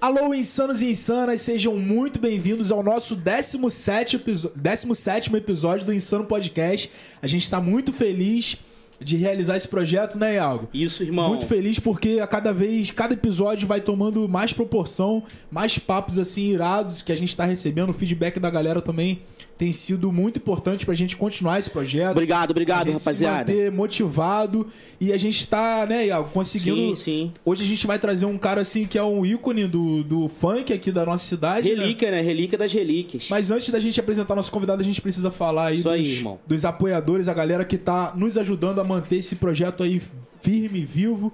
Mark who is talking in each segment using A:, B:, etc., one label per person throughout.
A: Alô, insanos e insanas, sejam muito bem-vindos ao nosso 17, episo- 17 episódio do Insano Podcast. A gente tá muito feliz de realizar esse projeto, né, Iago?
B: Isso, irmão.
A: Muito feliz porque a cada vez, cada episódio vai tomando mais proporção, mais papos assim irados que a gente tá recebendo. O feedback da galera também tem sido muito importante pra gente continuar esse projeto.
B: Obrigado, obrigado,
A: a gente
B: rapaziada.
A: Se manter motivado e a gente tá, né, Iago,
B: Sim,
A: conseguindo.
B: sim.
A: Hoje a gente vai trazer um cara assim que é um ícone do, do funk aqui da nossa cidade. né?
B: Relíquia, né? Relíquia das relíquias.
A: Mas antes da gente apresentar nosso convidado, a gente precisa falar aí,
B: Isso
A: dos,
B: aí, irmão.
A: dos apoiadores, a galera que tá nos ajudando a manter esse projeto aí firme e vivo.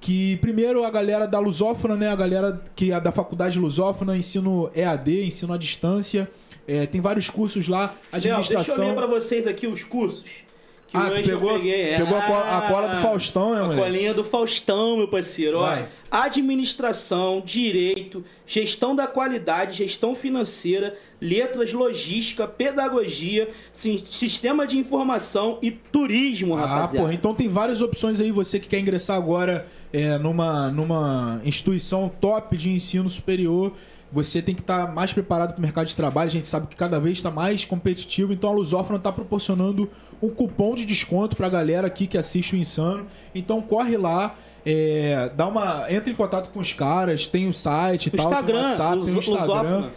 A: Que primeiro a galera da Lusófona, né? A galera que é da faculdade Lusófona, ensino EAD, ensino à distância. É, tem vários cursos lá,
B: Léo, deixa eu
A: administração.
B: ler pra vocês aqui os cursos que
A: Ah,
B: o
A: tu
B: Ângelo
A: pegou,
B: peguei.
A: pegou a, cola, a
B: Ah,
A: cola do Faustão, né,
B: A
A: mano?
B: colinha do Faustão, meu parceiro. Ó,
A: Vai.
B: administração, direito, gestão da qualidade, gestão financeira, letras, logística, pedagogia, sim- sistema de informação e turismo,
A: Ah,
B: rapaziada.
A: porra, então tem várias opções aí. Você que quer ingressar agora é, numa, numa instituição top de ensino superior, você tem que estar mais preparado para o mercado de trabalho. A gente sabe que cada vez está mais competitivo. Então a Lusófona está proporcionando um cupom de desconto para a galera aqui que assiste o Insano. Então corre lá. é, dá uma entra em contato com os caras tem o site e
B: O
A: tal tem
B: Instagram,
A: o WhatsApp tem o
B: Lus-
A: Instagram
B: Lusófona.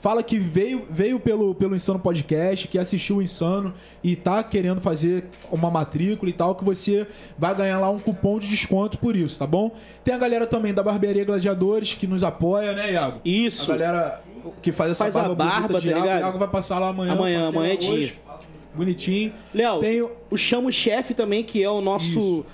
A: Fala que veio, veio pelo, pelo Insano Podcast, que assistiu o Insano e tá querendo fazer uma matrícula e tal, que você vai ganhar lá um cupom de desconto por isso, tá bom? Tem a galera também da Barbearia Gladiadores que nos apoia, né, Iago?
B: Isso.
A: A galera que faz essa
B: Faz a
A: barba, bonita
B: barba,
A: de
B: tá
A: Iago.
B: ligado?
A: Iago vai passar lá amanhã.
B: Amanhã,
A: passei lá
B: amanhã é dia.
A: hoje. Bonitinho.
B: Léo,
A: Tem o-
B: o Chamo Chefe também, que é o nosso
A: Isso.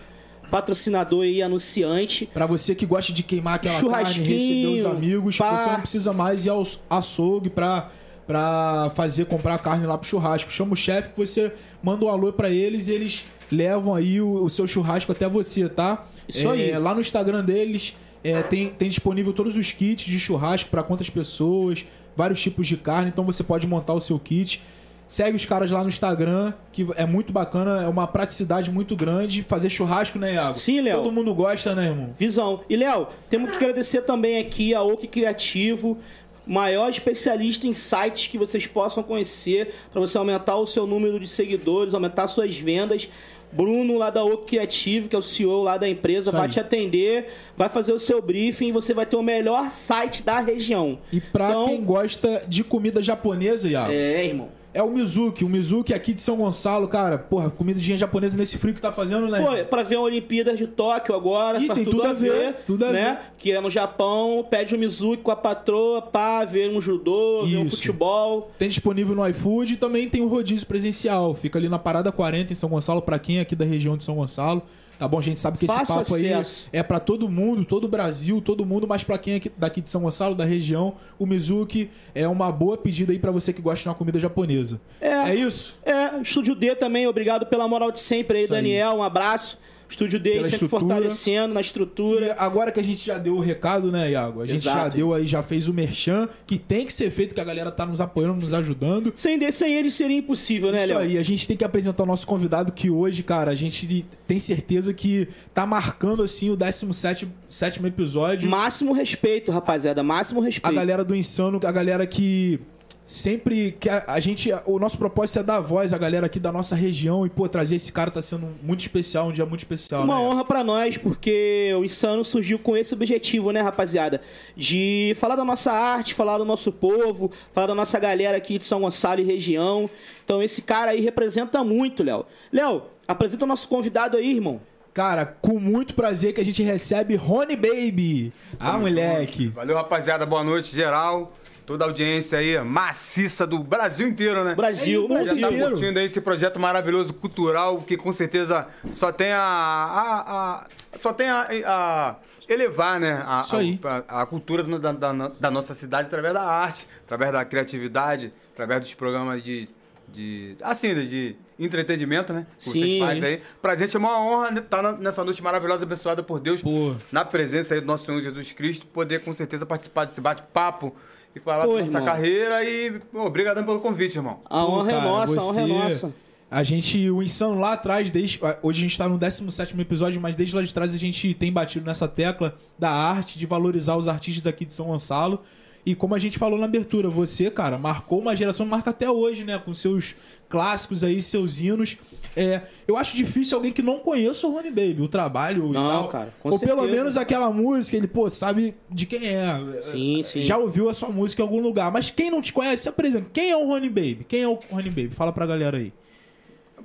B: patrocinador e anunciante.
A: Pra você que gosta de queimar aquela carne,
B: Churrasquinho,
A: receber os amigos,
B: pá.
A: você não precisa mais ir ao açougue pra, pra fazer, comprar carne lá pro churrasco. Chama o chefe, você manda um alô pra eles e eles levam aí o, o seu churrasco até você, tá?
B: Isso aí.
A: Lá no Instagram deles é, tem, tem disponível todos os kits de churrasco pra quantas pessoas, vários tipos de carne, então você pode montar o seu kit. Segue os caras lá no Instagram, que é muito bacana, é uma praticidade muito grande. Fazer churrasco, né, Iago?
B: Sim, Léo.
A: Todo mundo gosta, né, irmão?
B: Visão. E, Léo, temos que agradecer também aqui a Oak Criativo, maior especialista em sites que vocês possam conhecer, para você aumentar o seu número de seguidores, aumentar suas vendas. Bruno, lá da Oak Criativo, que é o CEO lá da empresa,
A: Isso
B: vai
A: aí.
B: te atender, vai fazer o seu briefing e você vai ter o melhor site da região.
A: E pra
B: Então-
A: quem gosta de comida japonesa, Iago, é,
B: É, irmão.
A: o Mizuki. O Mizuki é aqui de São Gonçalo, cara, porra, comidinha japonesa nesse frio que tá fazendo, né?
B: Pô, pra ver a Olimpíadas de Tóquio agora,
A: Ih,
B: faz
A: tem
B: tudo, a ver,
A: tudo a
B: né? Que é no Japão, pede um Mizuki com a patroa, pá, ver um judô, ver um
A: Isso.
B: futebol.
A: Tem disponível no iFood e também tem o rodízio presencial. Fica ali na Parada 40 em São Gonçalo, pra quem é aqui da região de São Gonçalo. Tá bom? A gente sabe que esse
B: Fácil
A: papo
B: acesso.
A: aí é pra todo mundo, todo o Brasil, todo mundo, mas pra quem é aqui- daqui de São Gonçalo, da região, o Mizuki é uma boa pedida aí pra você que gosta de uma comida japonesa.
B: É.
A: é isso?
B: É, Estúdio D também, obrigado pela moral de sempre aí,
A: Isso aí.
B: Daniel, um abraço. Estúdio D
A: Pela
B: sempre
A: estrutura.
B: fortalecendo na
A: E
B: estrutura.
A: agora que é- a gente já deu o recado, né, Iago? A gente já
B: Exato.
A: deu aí, já fez o merchan, que tem que ser feito, que a galera tá nos apoiando, nos ajudando.
B: Sem, de- sem eles seria impossível, né,
A: Isso
B: Léo?
A: aí, a gente tem que apresentar o nosso convidado que hoje, cara, a gente tem certeza que tá marcando assim o 17 sétimo episódio.
B: Máximo respeito, rapaziada, máximo
A: A
B: respeito.
A: galera do Insano, a galera que sempre que a, a gente o nosso propósito é dar voz à galera aqui da nossa região e pô, trazer esse cara tá sendo muito especial, um dia muito especial,
B: Uma
A: né?
B: honra pra nós, porque o Insano surgiu com esse objetivo, né, rapaziada? De falar da nossa arte, falar do nosso povo, falar da nossa galera aqui de São Gonçalo e região. Então esse cara aí representa muito, Léo. Léo, apresenta o nosso convidado aí, irmão.
A: Cara, com muito prazer que a gente recebe Rony Baby. Ah, moleque.
C: Valeu, rapaziada. Boa noite, geral. Toda a audiência aí, maciça do Brasil inteiro, né?
B: Brasil,
A: Aí, irmão,
C: Já
B: Brasil.
C: tá
A: inteiro.
C: curtindo aí esse projeto maravilhoso cultural que com certeza só tem a. a- a- só tem a, a- elevar, né? A,
A: Isso aí.
C: a- a cultura do- da, da- da nossa cidade através da arte, através da criatividade, através dos programas de. de assim, né, de entretenimento, né? Que
B: Sim.
C: vocês fazem aí. Pra gente é uma honra estar na- nessa noite maravilhosa, abençoada por Deus,
A: Pô.
C: na presença aí do nosso Senhor Jesus Cristo, poder com certeza participar desse bate-papo e falar
B: Pô,
C: da nossa
B: irmão.
C: carreira e pô, obrigadão pelo convite, irmão.
B: A
A: Pô,
B: honra é
A: cara,
B: nossa, a honra é
A: você-
B: nossa.
A: A gente, o Insano lá atrás, desde, hoje a gente tá no 17 episódio, mas desde lá de trás a gente tem batido nessa tecla da arte, de valorizar os artistas aqui de São Gonçalo. E como a gente falou na abertura, você, cara, marcou uma geração, marca até hoje, né? Com seus clássicos aí, seus hinos. É, eu acho difícil alguém que não conheça o Rony Baby, o trabalho e
B: Não,
A: tal.
B: cara, com
A: Ou pelo
B: certeza.
A: menos aquela música, ele, pô, sabe de quem é.
B: Sim, sim.
A: Já ouviu a sua música em algum lugar. Mas quem não te conhece, se apresenta. Quem é o Rony Baby? Quem é o Rony Baby? Fala pra galera aí.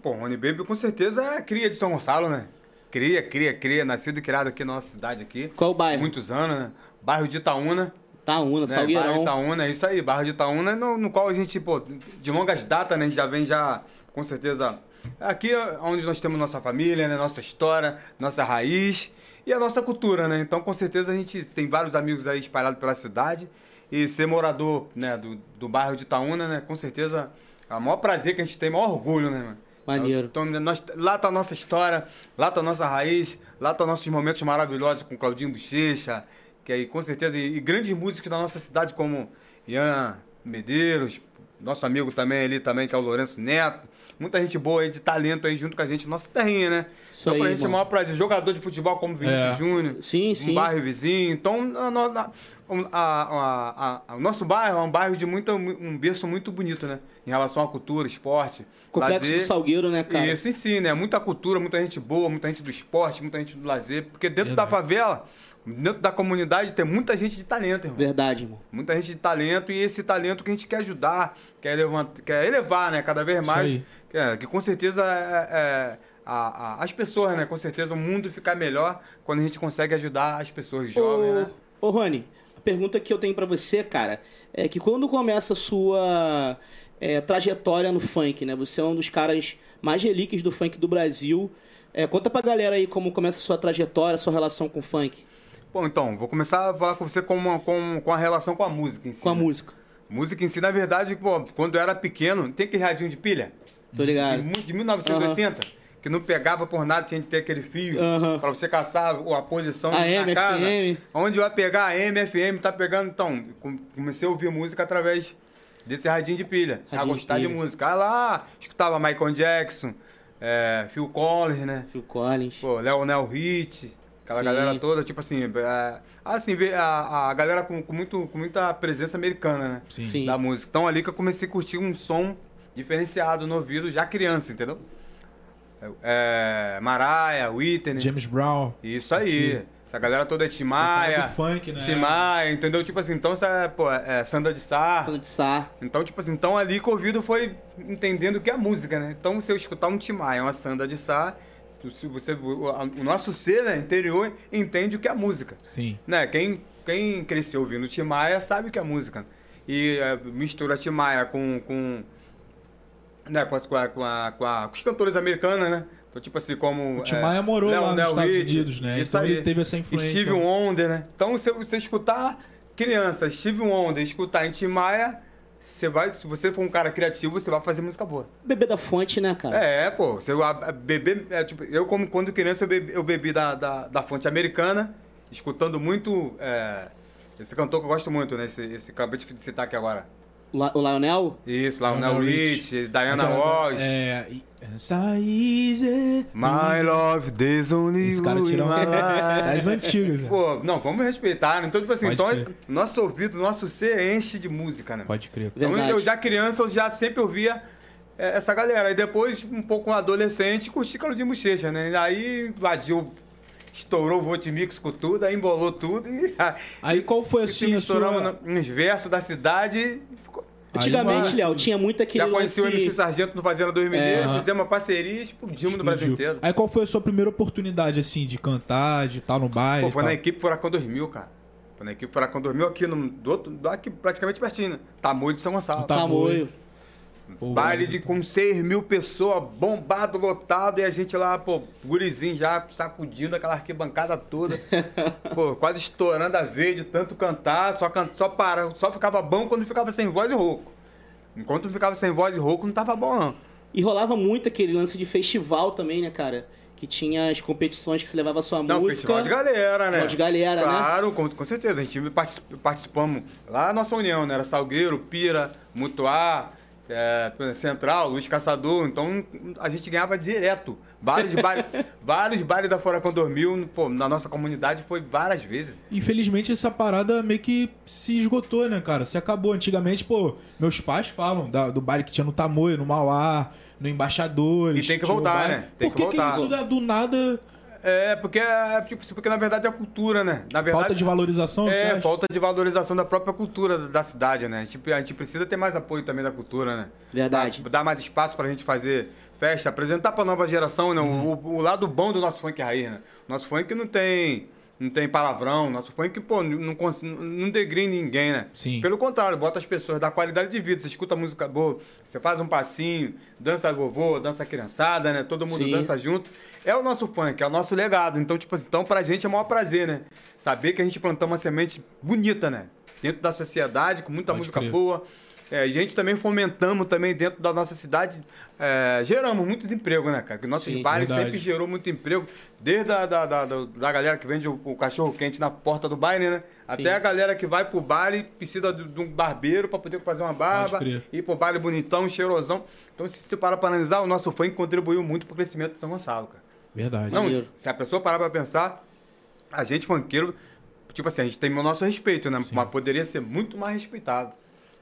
C: Pô, Rony Baby com certeza é cria de São Gonçalo, né? Cria, cria, cria. Nascido e criado aqui na nossa cidade aqui.
B: Qual o bairro?
C: Muitos anos, né? Bairro de Itaúna.
B: Itaúna,
C: né? Bairro de
B: Salgueirão.
C: Itaúna, é isso aí. Bairro de Itaúna, no, no qual a gente, pô, de longas datas, né? A gente já vem já, com certeza... Aqui é onde nós temos nossa família, né? Nossa história, nossa raiz e a nossa cultura, né? Então, com certeza, a gente tem vários amigos aí espalhados pela cidade. E ser morador, né? Do, do bairro de Itaúna, né? Com certeza, é o maior prazer que a gente tem, o maior orgulho, né, mano?
B: Maneiro.
C: Então, nós, lá tá a nossa história, lá tá a nossa raiz, lá tá nossos momentos maravilhosos com Claudinho Bochecha, que aí com certeza, e, e grandes músicos da nossa cidade como Ian Medeiros, nosso amigo também ali também, que é o Lourenço Neto. Muita gente boa aí, de talento aí junto com a gente, nossa terrinha, né?
B: Isso
C: então pra
B: aí,
C: gente é
B: mano.
C: o maior prazer. Jogador de futebol como Vinícius
A: É.
C: Júnior.
B: Sim, sim.
C: Um bairro vizinho. Então, a no- a- a- a- a- o nosso bairro é um bairro de muito, um berço muito bonito, né? Em relação à cultura, esporte,
B: Complexo
C: lazer.
B: do Salgueiro, né, cara?
C: Isso em si, né? Muita cultura, muita gente boa, muita gente do esporte, muita gente do lazer. Porque dentro da favela, dentro da comunidade, tem muita gente de talento, irmão.
B: Verdade, irmão.
C: Muita gente de talento e esse talento que a gente quer ajudar, quer, levantar, quer elevar, né? Cada vez mais.
A: aí.
C: É, que com certeza é, é, a- a- as pessoas, né? Com certeza o mundo fica melhor quando a gente consegue ajudar as pessoas jovens, né?
B: Ô, Rony, a pergunta que eu tenho pra você, cara, é que quando começa a sua é, trajetória no funk, né? Você é um dos caras mais relíquios do funk do Brasil. É, conta pra galera aí como começa a sua trajetória, a sua relação com o funk,
C: Bom, então, vou começar a falar com você com, uma- com, com a relação com a música em si.
B: com a
C: né?
B: música.
C: Música em si, na verdade, pô, quando eu era pequeno, tem aquele radinho de pilha?
B: Tô ligado?
C: de, mu- de 1980, que não pegava por nada, tinha que ter aquele fio
B: Aham.
C: pra você caçar o- a posição
B: A
C: na
B: M,
C: casa.
B: FM.
C: Onde vai pegar a MFM, tá pegando. Então, com- comecei a ouvir música através desse radinho de pilha. a
B: Radinho de
C: gostar de
B: pilha.
C: música. Aí lá, escutava Michael Jackson, é, Phil Collins, né?
B: Phil Collins.
C: Pô, Leonel Hit, aquela
B: Sim.
C: galera toda, tipo assim, é, assim, vê a, a galera com, com muito, com muita presença americana, né?
A: Sim.
B: Sim.
C: da música. Então ali que eu comecei a curtir um som diferenciado no ouvido, já criança, entendeu? É, Maraia, Whitney,
A: James Brown.
C: isso aí. Essa galera toda é Timaya,
A: Do funk, né?
C: Timaya, entendeu? Tipo assim, então essa, pô, é Sandra de Sá.
B: Sandra de Sá.
C: Então, tipo assim, então ali que o ouvido foi entendendo o que é música, né? Então, se eu escutar um Timaya, uma Sandra de Sá, se você, o a- o nosso ser né, interior entende o que é música
A: Sim.
C: né? Quem, quem cresceu ouvindo Tim Maia sabe que é música. E é, mistura Tim Maia com, com, né, com, as- com, a- com, a- com, a- com os cantores americanos, né? Então, tipo assim, como...
A: O Tim Maia morou lá nos Estados Unidos, né? Então ele teve essa influência.
C: Steve Wonder, né? Então, se você escutar criança, Steve Wonder, escutar em Tim Maia, você vai, se você for um cara criativo, você vai fazer música boa.
B: Bebê da fonte, né, cara?
C: É, pô, você a- a- beber. é, tipo, eu, como quando criança, eu bebi, eu bebi da, da, da fonte americana, escutando muito. é, esse cantor que eu gosto muito, né? Esse, esse que eu acabei de citar aqui agora.
B: O La- o Lionel?
C: Isso, lá o
A: Lionel
C: Nel
A: Rich.
C: Rich, Diana
A: Aquela-
C: Ross.
A: É. e- It's easy.
C: My love, there's only
A: Esse cara
C: you in
A: tirou
C: my
A: uma
C: life.
A: das antigas, né?
C: Pô, não, vamos respeitar, né? Então, tipo assim,
A: Pode
C: então,
A: crer.
C: nosso ouvido, nosso ser enche de música, né?
A: Pode crer.
C: Então,
B: Verdade.
C: eu já criança, eu já sempre ouvia é, essa galera. E depois, um pouco adolescente, curti Calo de Bochecha, né? Aí invadiu, estourou o Votimix com tudo, aí embolou tudo e...
A: Aí qual foi
C: e se
A: assim a
C: misturamos
A: sua.
C: no- nos versos da cidade e ficou-
A: Aí
B: Antigamente,
A: vai.
B: Léo, tinha muito aquele
C: Já conheci o
B: lance-
C: MC Sargento no Fazenda 2 Mineiros, fizemos uma parceria e explodimos no Brasil
A: Explodiu.
C: inteiro.
A: Aí qual foi a sua primeira oportunidade, assim, de cantar, de estar no baile?
C: Pô,
A: e
C: foi na
A: tal?
C: equipe Furacão 2000, cara. Foi na equipe Furacão 2000 aqui, no, do outro, do- aqui praticamente pertinho, né? Tamoio de São Gonçalo.
A: Tá
B: Tamoio.
A: Pô,
C: Baile de com 6 mil pessoas, bombado, lotado, e a gente lá, pô, gurizinho já sacudindo aquela arquibancada toda. pô, quase estourando a veia de tanto cantar, só, can... só para, só ficava bom quando ficava sem voz e rouco. Enquanto não ficava sem voz e rouco, não tava bom, não.
B: E rolava muito aquele lance de festival também, né, cara? Que tinha as competições que se levava a sua
C: Não,
B: música.
C: festival de galera, né?
B: Festival de galera, né?
C: Claro, com, com certeza. A gente particip- participamos lá na nossa união, né? Era Salgueiro, Pira, Mutuá, é, Central, Luiz Caçador, então a gente ganhava direto. Vários bares, vários bares da Fora Condormil, pô, na nossa comunidade foi várias vezes.
A: Infelizmente, essa parada meio que se esgotou, né, cara? Se acabou. Antigamente, pô, meus pais falam da- do bar que tinha no Tamoio, no Mauá, no Embaixadores.
C: E tem que
A: tinha um
C: voltar,
A: bar.
C: né? Tem
A: Por
C: que
A: que, que
C: voltar.
A: isso dá do nada?
C: É, porque, é, tipo, porque na verdade é a cultura, né? Na verdade,
A: Falta de valorização? você
C: É,
A: acha?
C: falta de valorização da própria cultura da- da cidade, né? A gente, a gente precisa ter mais apoio também da cultura, né?
B: Verdade.
C: Pra- dar mais espaço pra gente fazer festa, apresentar pra nova geração, né? O-
B: Uhum.
C: O, o lado bom do nosso funk raiz, né? Nosso funk não tem. Não tem palavrão, nosso funk, pô, não, cons- não degrina ninguém, né?
A: Sim.
C: Pelo contrário, bota as pessoas, dá qualidade de vida. Você escuta música boa, você faz um passinho, dança vovô, dança criançada, né? Todo mundo
B: Sim.
C: dança junto. É o nosso funk, é o nosso legado. Então, tipo assim, então pra gente é o maior prazer, né? Saber que a gente plantou uma semente bonita, né? Dentro da sociedade, com muita
A: Pode
C: música
A: crer.
C: boa. É, a gente também fomentamos também dentro da nossa cidade. é, geramos muitos empregos, né, cara? Que nossos
B: Sim,
C: bares
A: verdade.
C: sempre gerou muito emprego. Desde a da, da, da, da galera que vende o, cachorro quente na porta do baile, né? Até a galera que vai pro baile precisa de, de um barbeiro pra poder fazer uma barba.
A: Pode crer.
C: Ir pro baile bonitão, cheirosão. Então, se você parar pra analisar, o nosso funk contribuiu muito pro crescimento de São Gonçalo, cara.
A: Verdade.
C: Não,
B: Maneiro.
C: se a pessoa parar pra pensar, a gente funkeiro, tipo assim, a gente tem o nosso respeito, né? Mas poderia ser muito mais respeitado.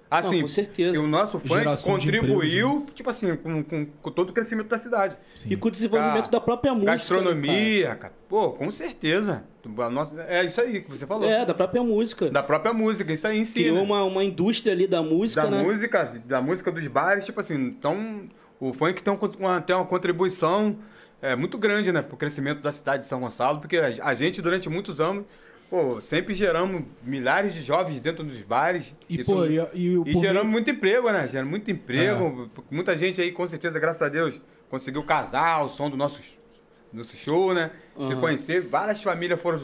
C: Assim,
B: com certeza.
C: e o nosso funk
A: Geração de né? empregos,
C: contribuiu, tipo assim, com, com- com todo o crescimento da cidade.
A: Sim.
B: E com o desenvolvimento
C: Cara,
B: da própria música. né,
C: Ah, Gastronomia, cara. Pô, com certeza. A nossa- é isso aí que você falou.
B: cara? É, da própria música.
C: Da própria música, isso aí em si. né?
B: Criou uma, uma indústria ali da música,
C: da
B: né?
C: música, da música dos bares, tipo assim, então o funk tem uma, tem uma contribuição é, muito grande, né, pro crescimento da cidade de São Gonçalo, porque a, a gente durante muitos anos, pô, sempre geramos milhares de jovens dentro dos bares
A: E, pô, e, e, o
C: um e
A: por
C: geramos
A: meio-
C: muito emprego, né? Geramos muito emprego.
A: É.
C: Muita gente aí, com certeza, graças a Deus, conseguiu casar o som do nosso, nosso show, né? Se conhecer, várias famílias foram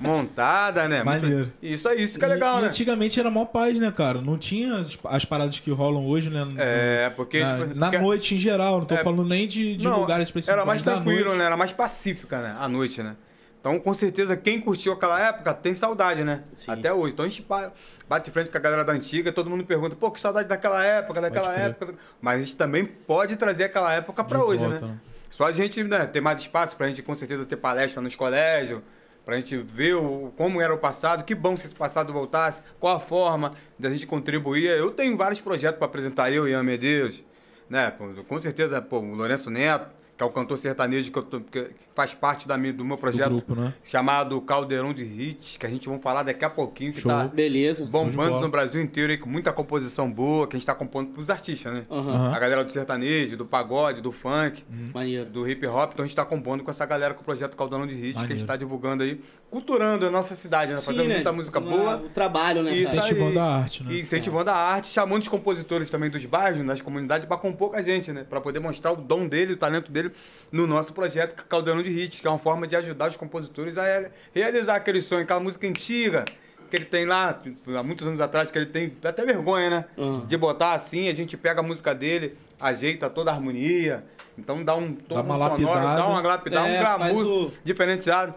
C: montadas, né? Muita-
A: Maneiro.
C: Isso é isso que é legal,
A: e
C: né?
A: antigamente era mó paz, né, cara? Não tinha as, as paradas que rolam hoje, né? no-
C: É, porque...
A: na,
C: tipo,
A: na
C: porque-
A: noite em geral, não tô
C: É.
A: falando nem de, de lugares específicos.
C: Era mais
A: mas da
C: tranquilo,
A: noite.
C: né? Era mais pacífica, né? A noite, né? Então, com certeza, quem curtiu aquela época tem saudade, né?
B: Sim.
C: Até hoje. Então, a gente ba- bate de frente com a galera da antiga, todo mundo pergunta, pô, que saudade daquela época, daquela
A: crer.
C: época. Mas a gente também pode trazer aquela época pra
A: De
C: hoje,
A: volta,
C: né?
A: né?
C: Só a gente né, ter mais espaço pra gente, com certeza, ter palestra nos colégios, pra gente ver o, como era o passado, que bom se esse passado voltasse, qual a forma da gente contribuir. Eu tenho vários projetos pra apresentar, eu e Ian Medeiros, né? pô, Com certeza, pô, o Lourenço Neto, que é o cantor sertanejo que, eu tô- que faz parte da minha- do meu projeto,
A: grupo, né?
C: chamado Caldeirão de Hits, que a gente vai falar daqui a pouquinho, que
A: Show.
C: tá
B: Beleza.
A: Show de
C: bombando
A: bola.
C: no Brasil inteiro aí, com muita composição boa, que a gente tá compondo pros artistas, né?
B: Aham.
C: A galera do sertanejo, do pagode, do funk
A: Hum.
B: Maneiro.
C: do hip hop, então a gente tá compondo com essa galera com o projeto Caldeirão de Hits, que a gente
A: Maneiro.
C: tá divulgando aí, culturando a nossa cidade, né?
B: Sim,
C: Fazendo
B: né?
C: muita música
B: Fazendo
C: boa.
B: O trabalho, né?
C: Isso
B: cara?
C: aí.
A: Incentivando a arte, né?
C: E incentivando a arte, chamando os compositores também dos bairros, das comunidades, pra compor com a gente, né? Pra poder mostrar o dom dele, o talento dele no nosso projeto Caldeirão de Hits, que é uma forma de ajudar os compositores a re- realizar aquele sonho, aquela música antiga que ele tem lá, há muitos anos atrás, que ele tem até vergonha, né?
B: Uhum.
C: De botar assim, a gente pega a música dele, ajeita toda a harmonia, então dá um tom
A: Dá uma
C: sonoro,
A: lapidada.
C: dá uma lapidada,
B: É,
C: um
B: faz
C: glamour
B: o-
C: diferenciado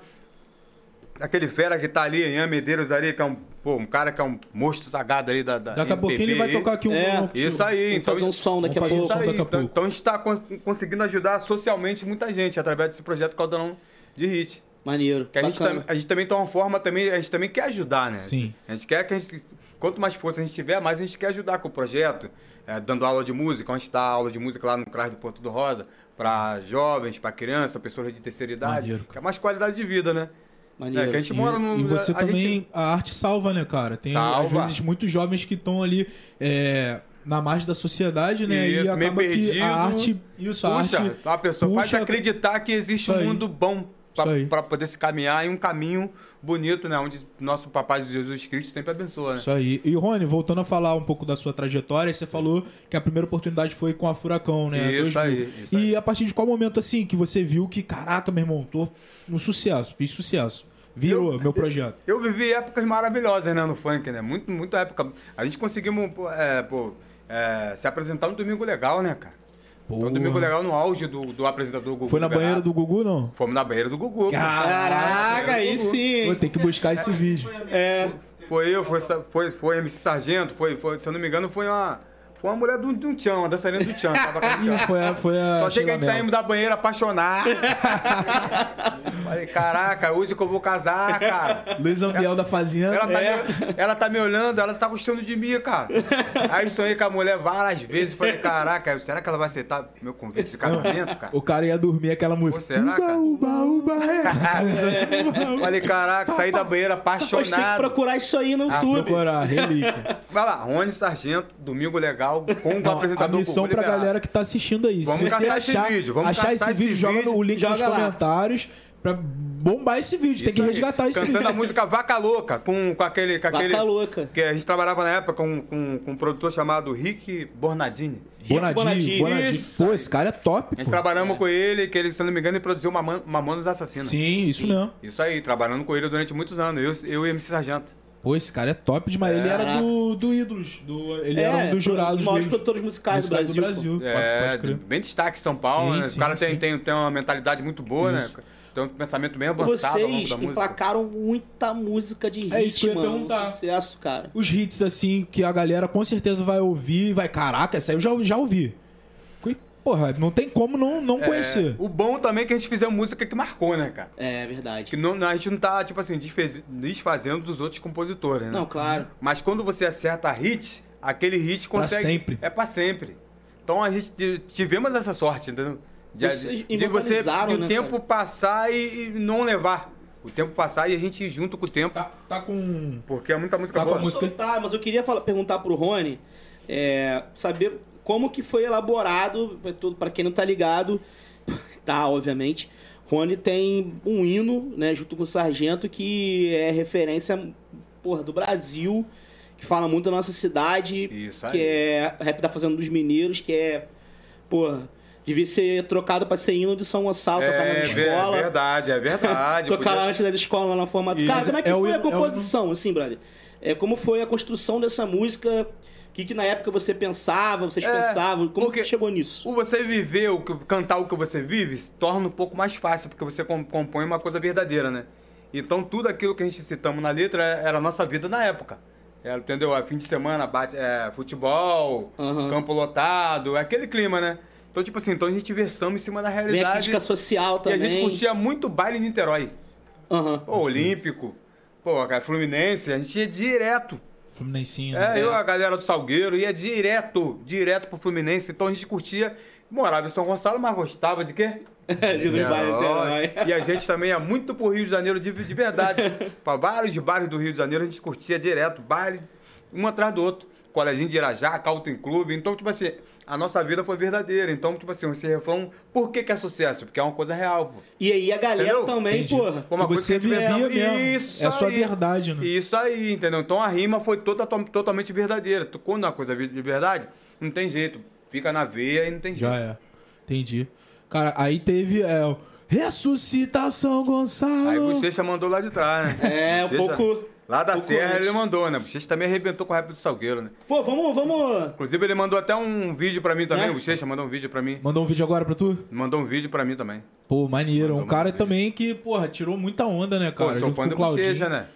C: aquele fera que tá ali, Ian Medeiros ali, que é um, pô, um cara que é um monstro sagado ali da, da
A: Daqui a
C: MPB
A: pouquinho ele vai
C: aí.
A: tocar aqui um.
B: É,
A: um-
C: Isso aí,
B: Vamos
C: então.
B: fazer um
C: isso-
B: som daqui a
A: Vamos fazer um
B: pouco.
C: isso aí,
A: daqui a
C: então,
A: pouco.
C: então a gente tá con- conseguindo ajudar socialmente muita gente através desse projeto Caldeirão de Hit.
B: Maneiro.
C: Que a gente,
B: Bacana.
C: tam- a gente também tem uma forma também, a gente também quer ajudar, né?
A: Sim.
C: A gente quer que a gente. Quanto mais força a gente tiver, mais a gente quer ajudar com o projeto. é, dando aula de música, onde está a aula de música lá no CRAS do Porto do Rosa, para jovens, para criança, pessoas de terceira idade.
A: Maneiro, cara.
C: que é mais qualidade de vida, né?
B: Maneiro.
C: É, que a
A: E,
C: gente mora no.
A: e você
C: a
A: também,
C: gente-
A: a arte salva, né, cara? Tem
C: Salva.
A: às vezes muitos jovens que estão ali é, na margem da sociedade, né? e
C: Isso, meio
A: acaba que
C: perdido.
A: a arte. Isso, a
C: puxa,
A: arte.
C: a pessoa
A: puxa,
C: faz acreditar que existe
A: Isso
C: um
A: aí.
C: mundo bom
A: Isso aí.
C: para poder se caminhar e um caminho bonito, né? Onde nosso papai Jesus Cristo sempre abençoa, né?
A: Isso aí. E Rony, voltando a falar um pouco da sua trajetória, você falou que a primeira oportunidade foi com a Furacão, né?
C: Isso
A: 2000.
C: aí, isso
A: e
C: aí.
A: a partir de qual momento, assim, que você viu que, caraca, meu irmão, tô um sucesso, fiz sucesso. Virou meu projeto.
C: Eu vivi épocas maravilhosas, né, no funk, né? Muito, muito época. A gente conseguimos pô, é, pô, é, se apresentar no Domingo Legal, né, cara? Então,
A: Porra.
C: Domingo Legal no auge do, do apresentador Gugu.
A: Foi na
C: Liberato.
A: banheira do Gugu, não?
C: Fomos na banheira do Gugu. pô.
B: Caraca, aí
C: Gugu.
A: Pô,
B: sim.
A: tem que buscar esse vídeo.
B: É.
C: Foi eu, foi, essa- foi, foi MC Sargento, foi, foi, se eu não me engano, foi uma. Foi uma mulher do, de um tchan, uma dançarina do tchan. Tava com a tchan.
A: Foi a, foi a Ah,
C: Só chega a
A: Sheila
C: gente
A: Mello.
C: saímos da banheira apaixonado. Falei, caraca, hoje que eu vou casar, cara.
A: Luiz Ambiel da Fazenda.
C: Ela tá, me, ela tá me olhando, ela tá gostando de mim, cara. Aí sonhei com a mulher várias vezes. Falei, caraca, será que ela vai aceitar meu convite de casamento, cara?
A: O cara ia dormir aquela música.
C: será, cara?
A: uba, uba, uba, é.
C: Falei, caraca, saí da banheira
B: Pois tem que
C: apaixonado.
B: procurar isso aí no
C: Ah,
B: YouTube.
A: Procurar, relíquia.
C: Vai lá, Rony Sargento, Domingo Legal, com o
A: Não, a
C: apresentador
A: missão
C: Gugu
A: pra
C: Liberato.
A: galera que tá assistindo aí. Se
C: Vamos
A: você
C: caçar esse
A: achar
C: vídeo, vamos
A: achar
C: caçar
A: esse
C: esse
A: vídeo, joga
C: vídeo.
A: no link nos
B: Joga lá.
A: comentários pra bombar esse vídeo. Tem
C: Isso
A: que
C: aí,
A: resgatar esse
C: Cantando a
A: vídeo.
C: música Vaca Louca, com, com aquele... Com
B: Vaca
C: aquele
B: Louca.
C: Que a gente trabalhava na época com, com, com um produtor chamado Rick Bornadini.
A: Bonadinho,
B: Bonadinho.
A: Bonadinho.
C: Isso
A: Pô, esse cara é top,
C: A
A: pô.
C: gente trabalhamos com ele, que ele, se eu não me engano, ele produziu Maman- Mamonos Assassinos.
A: Sim, isso mesmo.
C: Isso aí, trabalhando com ele durante muitos anos, eu, eu e MC Sargento.
A: Pô, esse cara é top demais. Ele era
B: Caraca.
A: do, do Ídolos. Do,
B: É,
A: ele era um dos jurados
B: Os maiores
A: do
B: produtores musicais do Brasil. pô.
A: Brasil. Pode,
C: É,
A: pode crer.
C: bem destaque em São Paulo,
A: Sim,
C: né?
A: sim,
C: o cara tem,
A: sim.
C: tem, tem uma mentalidade muito boa,
A: Isso.
C: né? Tem um pensamento bem avançado ao longo
B: Vocês
C: da música.
B: emplacaram muita música de hit,
A: É isso que eu ia
B: mano. Um
A: perguntar.
B: sucesso, cara.
A: Os hits, assim, que a galera com certeza vai ouvir e vai... Caraca, essa aí eu já, já ouvi. Que- Porra, não tem como não, não conhecer.
C: O bom também é que a gente fizemos música que marcou, né, cara?
B: É
C: Que
B: verdade.
C: não, não- a gente não tá, tipo assim, desfez- desfazendo dos outros compositores, né?
B: Não, claro.
C: Mas quando você acerta hit, aquele hit
A: Pra
C: consegue.
A: sempre.
C: É pra sempre. Então a gente t- tivemos essa sorte, entendeu? De,
B: Vocês
C: de você de
B: imortalizaram,
C: o
B: né,
C: tempo
B: cara?
C: passar e, e não levar. O tempo passar e a gente ir junto com o tempo.
A: Tá, tá com...
C: Porque é muita música
A: Tá com
C: boa.
A: a música-
B: Tá, mas eu queria falar- perguntar pro Rony é, saber como que foi elaborado, pra todo- pra quem não tá ligado, tá, obviamente. Rony tem um hino, né, junto com o Sargento, que é referência porra, do Brasil, que fala muito da nossa cidade,
C: Isso aí.
B: que é rap da Fazenda dos Mineiros, que é, porra, devia ser trocado pra ser hino de São Gonçalo, tocar na
C: É, ver-
B: escola.
C: é verdade, é verdade.
B: Tocar lá
C: Podia-
B: antes da escola, lá na forma.
C: Isso.
B: Cara, como é que
A: É o
B: foi a
A: hino- é o
B: composição, assim, brother? É, como foi a construção dessa música? O que, que na época você pensava, vocês
C: É,
B: pensavam? Como
C: porque-
B: que chegou nisso?
C: O você viver, o que, cantar o que você vive, se torna um pouco mais fácil, porque você com- compõe uma coisa verdadeira, né? Então tudo aquilo que a gente citamos na letra é- era a nossa vida na época. Era, entendeu? É, fim de semana, bate, é, futebol,
B: Aham.
C: campo lotado, é aquele clima, né? Então, tipo assim, então a gente versamos em cima da
B: Vem a
C: realidade.
B: crítica social
C: E a
B: também.
C: gente curtia muito baile em Niterói.
B: Aham.
C: Pô, Olímpico, pô, cara, Fluminense, a gente ia direto.
A: Fluminense. né?
B: né?
C: É, eu, a galera do Salgueiro, ia direto, direto pro Fluminense. Então a gente curtia, morava em São Gonçalo, mas gostava de quê?
B: De dois bares
C: Niterói.
B: Niterói.
C: E a gente também ia muito pro Rio de Janeiro de, de verdade. pra vários bares do Rio de Janeiro, a gente curtia direto, baile, um atrás do outro. Colégio de Irajá, Calton Clube. Então, tipo assim, a nossa vida foi verdadeira. Então, tipo assim, esse refrão, por que que é sucesso? Porque é uma coisa real, pô.
B: E aí a galera
C: Entendeu?
B: também,
A: Entendi.
B: porra.
C: Pô, uma
A: Que
C: coisa
A: você
C: que a gente
A: vivia
C: pensava,
A: mesmo. É a sua verdade, né?
C: Isso aí, entendeu? Então a rima foi toda, to- totalmente verdadeira. Tu- Quando a coisa é de verdade, não tem jeito. Fica na veia e não tem
A: Já
C: jeito.
A: é. Entendi. Cara, aí teve é, o Ressuscita São Gonçalo.
C: Aí o Bochecha mandou lá de trás, né?
B: É, um
C: Bochecha-
B: pouco-
C: Lá da
B: um pouco
C: Serra
B: antes.
C: ele mandou, né? O Bochecha também arrebentou com o rap do Salgueiro, né?
B: Pô, vamos, vamos.
C: Inclusive ele mandou até um vídeo pra mim também.
B: É?
C: O Bochecha mandou um vídeo pra mim.
A: Mandou um vídeo agora pra tu?
C: Mandou um vídeo pra mim também.
A: Pô, maneiro.
C: Mandou
A: um cara
C: muito
A: também que, porra, tirou muita onda, né,
C: Pô,
A: cara?
C: sou
A: Junto
C: fã
A: com o
C: do
A: Claudinho.
C: Bochecha, né?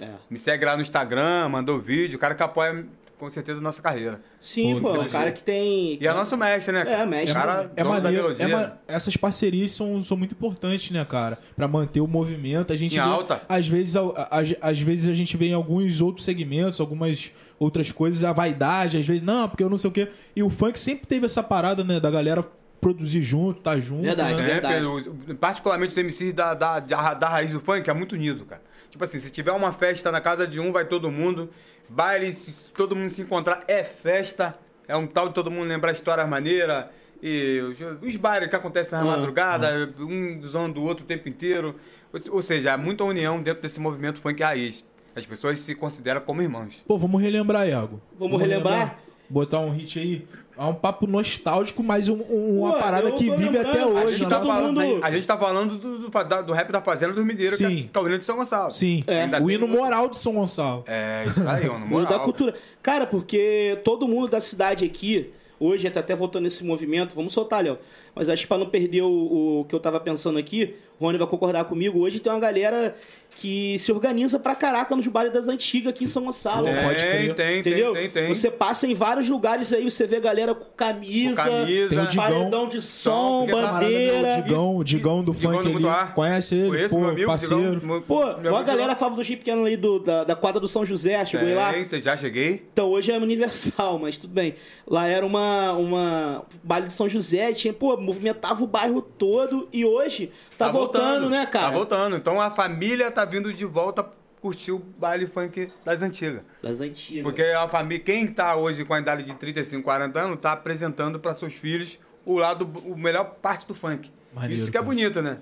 B: É.
C: Me segue lá no Instagram, mandou vídeo. O cara que apoia, com certeza, a nossa carreira.
B: Sim,
A: Pô,
B: pô,
A: que
B: o cara que tem.
C: E é nosso mestre, né? cara?
B: mestre.
C: O cara,
A: É
C: dono da
A: maneiro.
C: melodia,
A: é ma-
C: né?
A: Essas parcerias são, são muito importantes, né, cara? Pra manter o movimento. A gente
C: Em alta.
A: Às vezes, a- a- às, às vezes a gente vê em alguns outros segmentos, algumas outras coisas, a vaidade, às vezes, não, porque eu não sei o quê. E o funk sempre teve essa parada, né, da galera produzir junto, tá junto.
B: Verdade.
A: né?
C: É,
B: verdade.
C: porque os- particularmente os MCs da, da, da, da raiz do funk é muito unido, cara. Tipo assim, se tiver uma festa na casa de um, vai todo mundo. Baile, se se todo mundo se encontrar, é festa. É um tal de todo mundo lembrar histórias maneiras. E os- os bailes que acontecem na madrugada, um zoando o outro o tempo inteiro. Ou, se- ou seja, há muita união dentro desse movimento funk raiz. As pessoas se consideram como irmãos.
A: Pô, vamos relembrar, Iago.
B: Vamos relembrar?
A: Botar um hit aí. É um papo nostálgico, mas um- um- uma
B: Pô,
A: parada
B: eu
A: que
B: tô
A: vive
B: lembrando,
A: até
B: a
A: hoje. né?
C: A
B: Hoje,
C: gente,
A: na
C: tá
A: nossa-
C: falando,
B: mundo-
C: a gente tá falando do, do, do rap da Fazenda dos Mineiros, que
A: Sim.
C: é Calvino de São Gonçalo.
A: Sim,
C: Ainda
A: o
C: tem
A: hino
C: muito-
A: moral de São Gonçalo.
C: É, isso aí, mano.
B: Mundo
C: Moral.
B: da cultura. Cara, porque todo mundo da cidade aqui, hoje tá até voltando nesse movimento, vamos soltar, Léo. Mas acho que pra não perder o, o que eu tava pensando aqui, Rony vai concordar comigo. Hoje tem uma galera que se organiza pra caraca nos bares das antigas aqui em São Gonçalo.
A: É, pode
C: tem,
A: crer.
C: tem,
B: Então Entendeu?
C: tem, tem, tem.
B: Você passa em vários lugares aí, você vê galera com camisa,
C: Com camisa. Tem o
A: Digão.
B: paredão de
C: Som,
B: som,
C: porque tá
A: Camarada meu, o
B: bandeira.
A: Digão, o Digão do
C: Digão
A: funk
C: do Mundo
A: ali.
C: Ar.
A: Conhece ele,
C: Conheço,
A: pô,
C: meu amigo,
A: parceiro.
C: Digão, meu-
B: Pô,
C: meu amigo
B: igual a galera
C: Digão.
B: falava do Jeep pequeno ali do, da, da quadra do São José, chegou lá.
C: Tem, tem, já cheguei.
B: Então hoje é universal, mas tudo bem. Lá era uma uma baile de São José, tinha, pô, movimentava o bairro todo e hoje tá, voltando, né, cara?
C: Tá voltando. Então a família tá vindo de volta curtir o baile funk das antigas.
B: Das antigas.
C: Porque a família, quem tá hoje com a idade de 35, 40 anos, tá apresentando para seus filhos o lado, o melhor parte do funk.
A: Maneiro,
C: Isso que é
A: cara.
C: bonito, né?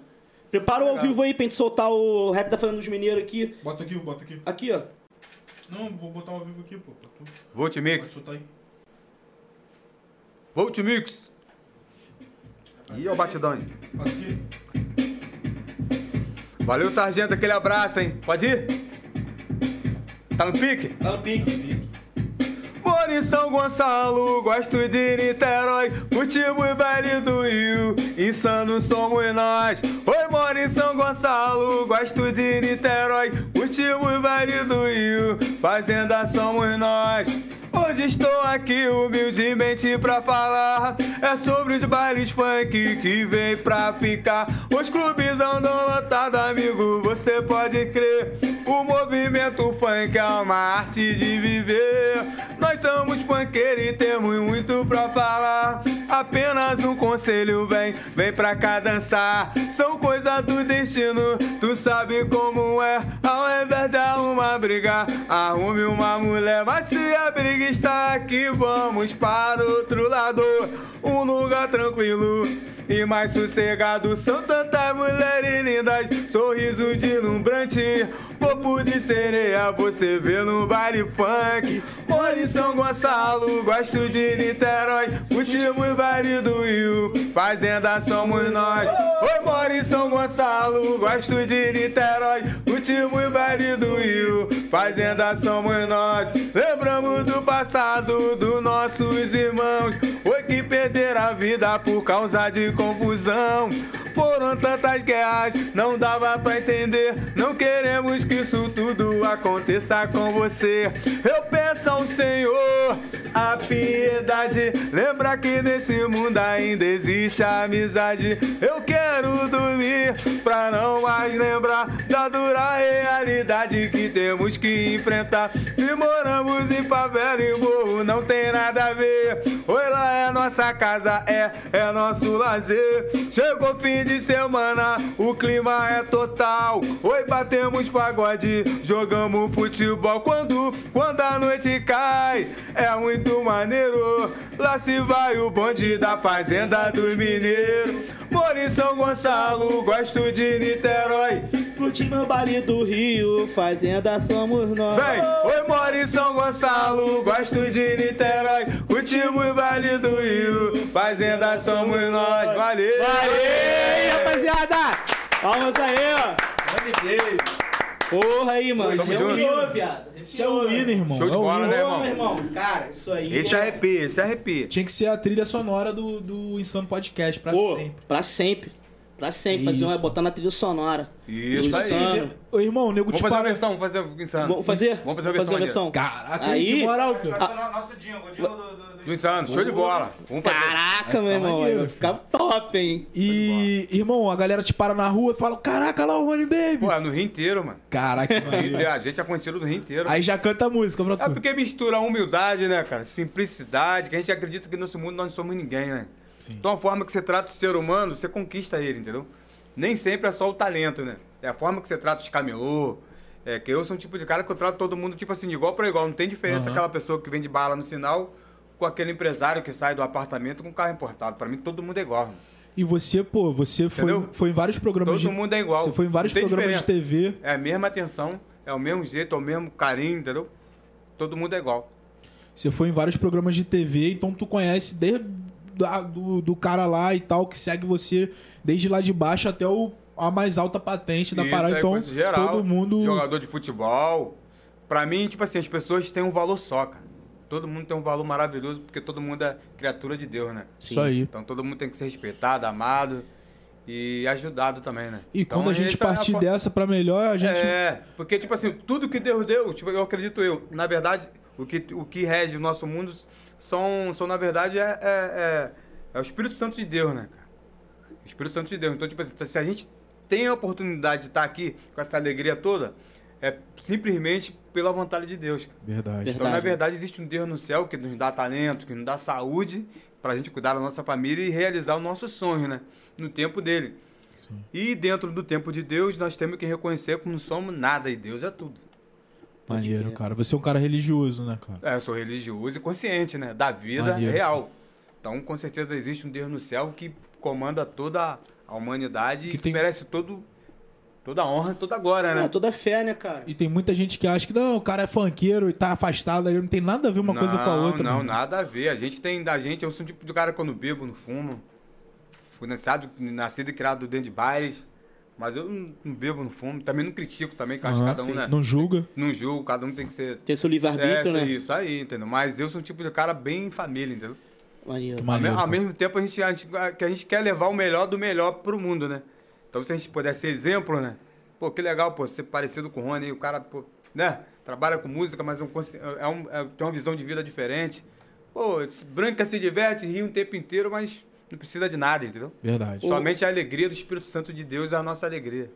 B: Prepara o ao vivo aí pra gente soltar o rap da Fernando dos Mineiros aqui.
A: Bota aqui, bota aqui.
B: Aqui, ó.
A: Não, vou botar ao vivo aqui, pô. pra tu.
C: Volt
A: Pode
C: Mix.
A: soltar aí.
C: Volt Mix. E o batidão. hein?
A: Passa aqui.
C: Valeu, sargento, aquele abraço, hein? Pode ir? Tá no pique?
B: Tá no pique.
C: Moro em São Gonçalo, gosto de Niterói, curtimos o baile do Rio, insano somos nós. Oi, moro em São Gonçalo, gosto de Niterói, curtimos o baile do Rio, fazenda somos nós. Hoje estou aqui humildemente pra falar É sobre os bailes funk que vem pra ficar Os clubes andam lotados, amigo, você pode crer O movimento funk é uma arte de viver Nós somos funkeiros e temos muito pra falar Apenas um conselho, vem, vem pra cá dançar São coisa do destino, tu sabe como é Ao invés de arrumar briga, arrume uma mulher Mas se a briga está aqui, vamos para outro lado Um lugar tranquilo e mais sossegado são tantas mulheres lindas, sorriso deslumbrante, corpo de sereia, você vê no baile funk. Moro em São Gonçalo, gosto de Niterói, último baile do Rio, fazenda somos nós. Oi, moro em São Gonçalo, gosto de Niterói, último baile do Rio, fazenda somos nós. Lembramos do passado dos nossos irmãos, oi que perderam a vida por causa de confusão. Foram tantas guerras, não dava pra entender. Não queremos que isso tudo aconteça com você. Eu peço ao Senhor a piedade. Lembra que nesse mundo ainda existe a amizade. Eu quero dormir pra não mais lembrar da dura realidade que temos que enfrentar. Se moramos em favela e morro, não tem nada a ver. Oi, lá é nossa casa, é, é nosso lazer. Chegou fim de semana, o clima é total. Oi, batemos pagode, jogamos futebol. Quando, quando a noite cai, é muito maneiro. Lá se vai o bonde da fazenda dos mineiros. Moro em São Gonçalo, gosto de Niterói.
B: Curtir meu baile do Rio, fazenda somos nós.
C: Vem! Oi, moro em São Gonçalo, gosto de Niterói, último baile do Rio, fazenda somos nós, valeu!
B: Aê, rapaziada! Palmas aí, ó. Porra aí, mano.
C: Pô,
B: Isso é
C: tamo
B: um
C: junto.
B: hino, viado. um
A: Isso é o hino, irmão.
C: Show de
A: é o
C: bola,
A: hino.
C: né?
B: Porra,
C: irmão?
B: irmão. Cara, isso aí.
C: Esse
B: é-
C: arrepia, esse arrepia.
A: Tinha que ser a trilha sonora do, do Insano Podcast, pra
B: Pô,
A: sempre.
B: pra sempre. Pra sempre. Fazer uma,
A: Isso.
B: botar na trilha sonora.
C: Isso
B: Do
C: aí.
B: insano.
A: Ô, irmão, o nego
C: Vamos
A: te
C: fazer a
A: para.
C: versão, vamos fazer o insano.
B: Vamos fazer?
C: Vamos fazer a versão.
B: versão.
A: Caraca,
B: Aí-
A: que moral, cara.
D: Vai ser no- nosso jingle, o jingle do- do-
C: aqui.
D: do
C: Do insano, show de bola. Vamos fazer.
B: Caraca, meu irmão.
A: maneiro,
B: Vai ficar top, hein?
A: E, irmão, a galera te para na rua e fala: Caraca, lá o Rony Baby.
C: Pô, é no Rio inteiro, mano.
A: Caraca, que maneiro.
C: A gente é conhecido do Rio inteiro.
A: Aí já canta a música pra
C: É
A: tu.
C: porque mistura a humildade, né, cara? Simplicidade, que a gente acredita que nesse mundo nós não somos ninguém, né?
A: Sim.
C: Então a forma que você trata o ser humano, você conquista ele, entendeu? Nem sempre é só o talento, né? É a forma que você trata os camelô. É que eu sou um tipo de cara que eu trato todo mundo, tipo assim, de igual para igual. Não tem diferença
A: Aham.
C: aquela pessoa que vende bala no sinal com aquele empresário que sai do apartamento com carro importado. Pra mim, todo mundo é igual. né?
A: E você, pô, você foi,
C: Entendeu?
A: foi em vários programas
C: Todo
A: de.
C: mundo é igual.
A: Você foi em vários
C: Não tem
A: programas de
C: diferença.
A: TV.
C: É a mesma atenção, é o mesmo jeito, é o mesmo carinho, entendeu? Todo mundo é igual.
A: Você foi em vários programas de TV, então tu conhece desde da- do, do cara lá e tal, que segue você desde lá de baixo até o, a mais alta patente da
C: Isso,
A: parada.
C: é
A: Então,
C: coisa geral.
A: todo mundo.
C: Jogador de futebol. Pra mim, tipo assim, as pessoas têm um valor só, cara. Todo mundo tem um valor maravilhoso, porque todo mundo é criatura de Deus, né?
A: Isso aí.
C: Então todo mundo tem que ser respeitado, amado. e ajudado também, né?
A: E
C: Então,
A: quando a gente
C: essa é
A: partir
C: fo-
A: dessa pra melhor, a gente.
C: É, porque, tipo assim, tudo que Deus deu, tipo, eu acredito eu, na verdade, o que, o que rege o nosso mundo são, são na verdade, é, é, é- é o Espírito Santo de Deus, né, cara? O Espírito Santo de Deus. Então, tipo assim, se a gente tem a oportunidade de estar aqui com essa alegria toda, é simplesmente pela vontade de Deus, cara.
A: Verdade.
B: Verdade.
C: Então, na verdade, existe um Deus no céu que nos dá talento, que nos dá saúde pra gente cuidar da nossa família e realizar o nosso sonho, né? No tempo dele.
A: Sim.
C: E dentro do tempo de Deus, nós temos que reconhecer que não somos nada e Deus é tudo.
A: Maneiro,
B: crer.
A: cara. Você é um cara religioso, né, cara?
C: É, eu sou religioso e consciente, né? Da vida
A: Maneiro.
C: real. Então, com certeza, existe um Deus no céu que comanda toda a humanidade
A: Que
C: e que
A: tem-
C: merece todo, toda a honra e toda a glória, né?
B: Não, toda fé, né, cara?
A: E tem muita gente que acha que não, o cara é funkeiro e tá afastado, aí não tem nada a ver uma
C: não,
A: coisa com a outra.
C: Não,
A: mano.
C: nada a ver. A gente tem da gente, eu sou um tipo de cara quando bebo, não fumo. Fui nascido, nascido e criado dentro de bailes. Mas eu não não bebo, não fumo. Também não critico também, que eu acho que
A: Aham,
C: cada
A: sim.
C: um, né?
A: Não julga.
C: Não julgo, cada um tem que ser.
B: Tem seu
C: É,
B: livre-arbítrio,
C: isso,
B: né?
C: aí, isso aí, entendeu? Mas eu sou um tipo de cara bem família, entendeu?
B: Maneiro.
A: Que
C: Ao, me-
A: maneiro,
C: ao
A: cara.
C: mesmo tempo, a gente, a, gente, a- que a gente quer levar o melhor do melhor pro mundo, né? Então, se a gente puder ser exemplo, né? Pô, que legal, pô, ser parecido com o Rony, o cara, pô, né? Trabalha com música, mas é um, consci- é um- é- tem uma visão de vida diferente. Pô, se- branca se diverte, ri um tempo inteiro, mas não precisa de nada, entendeu?
A: Verdade.
C: Somente a alegria do Espírito Santo de Deus é a nossa alegria.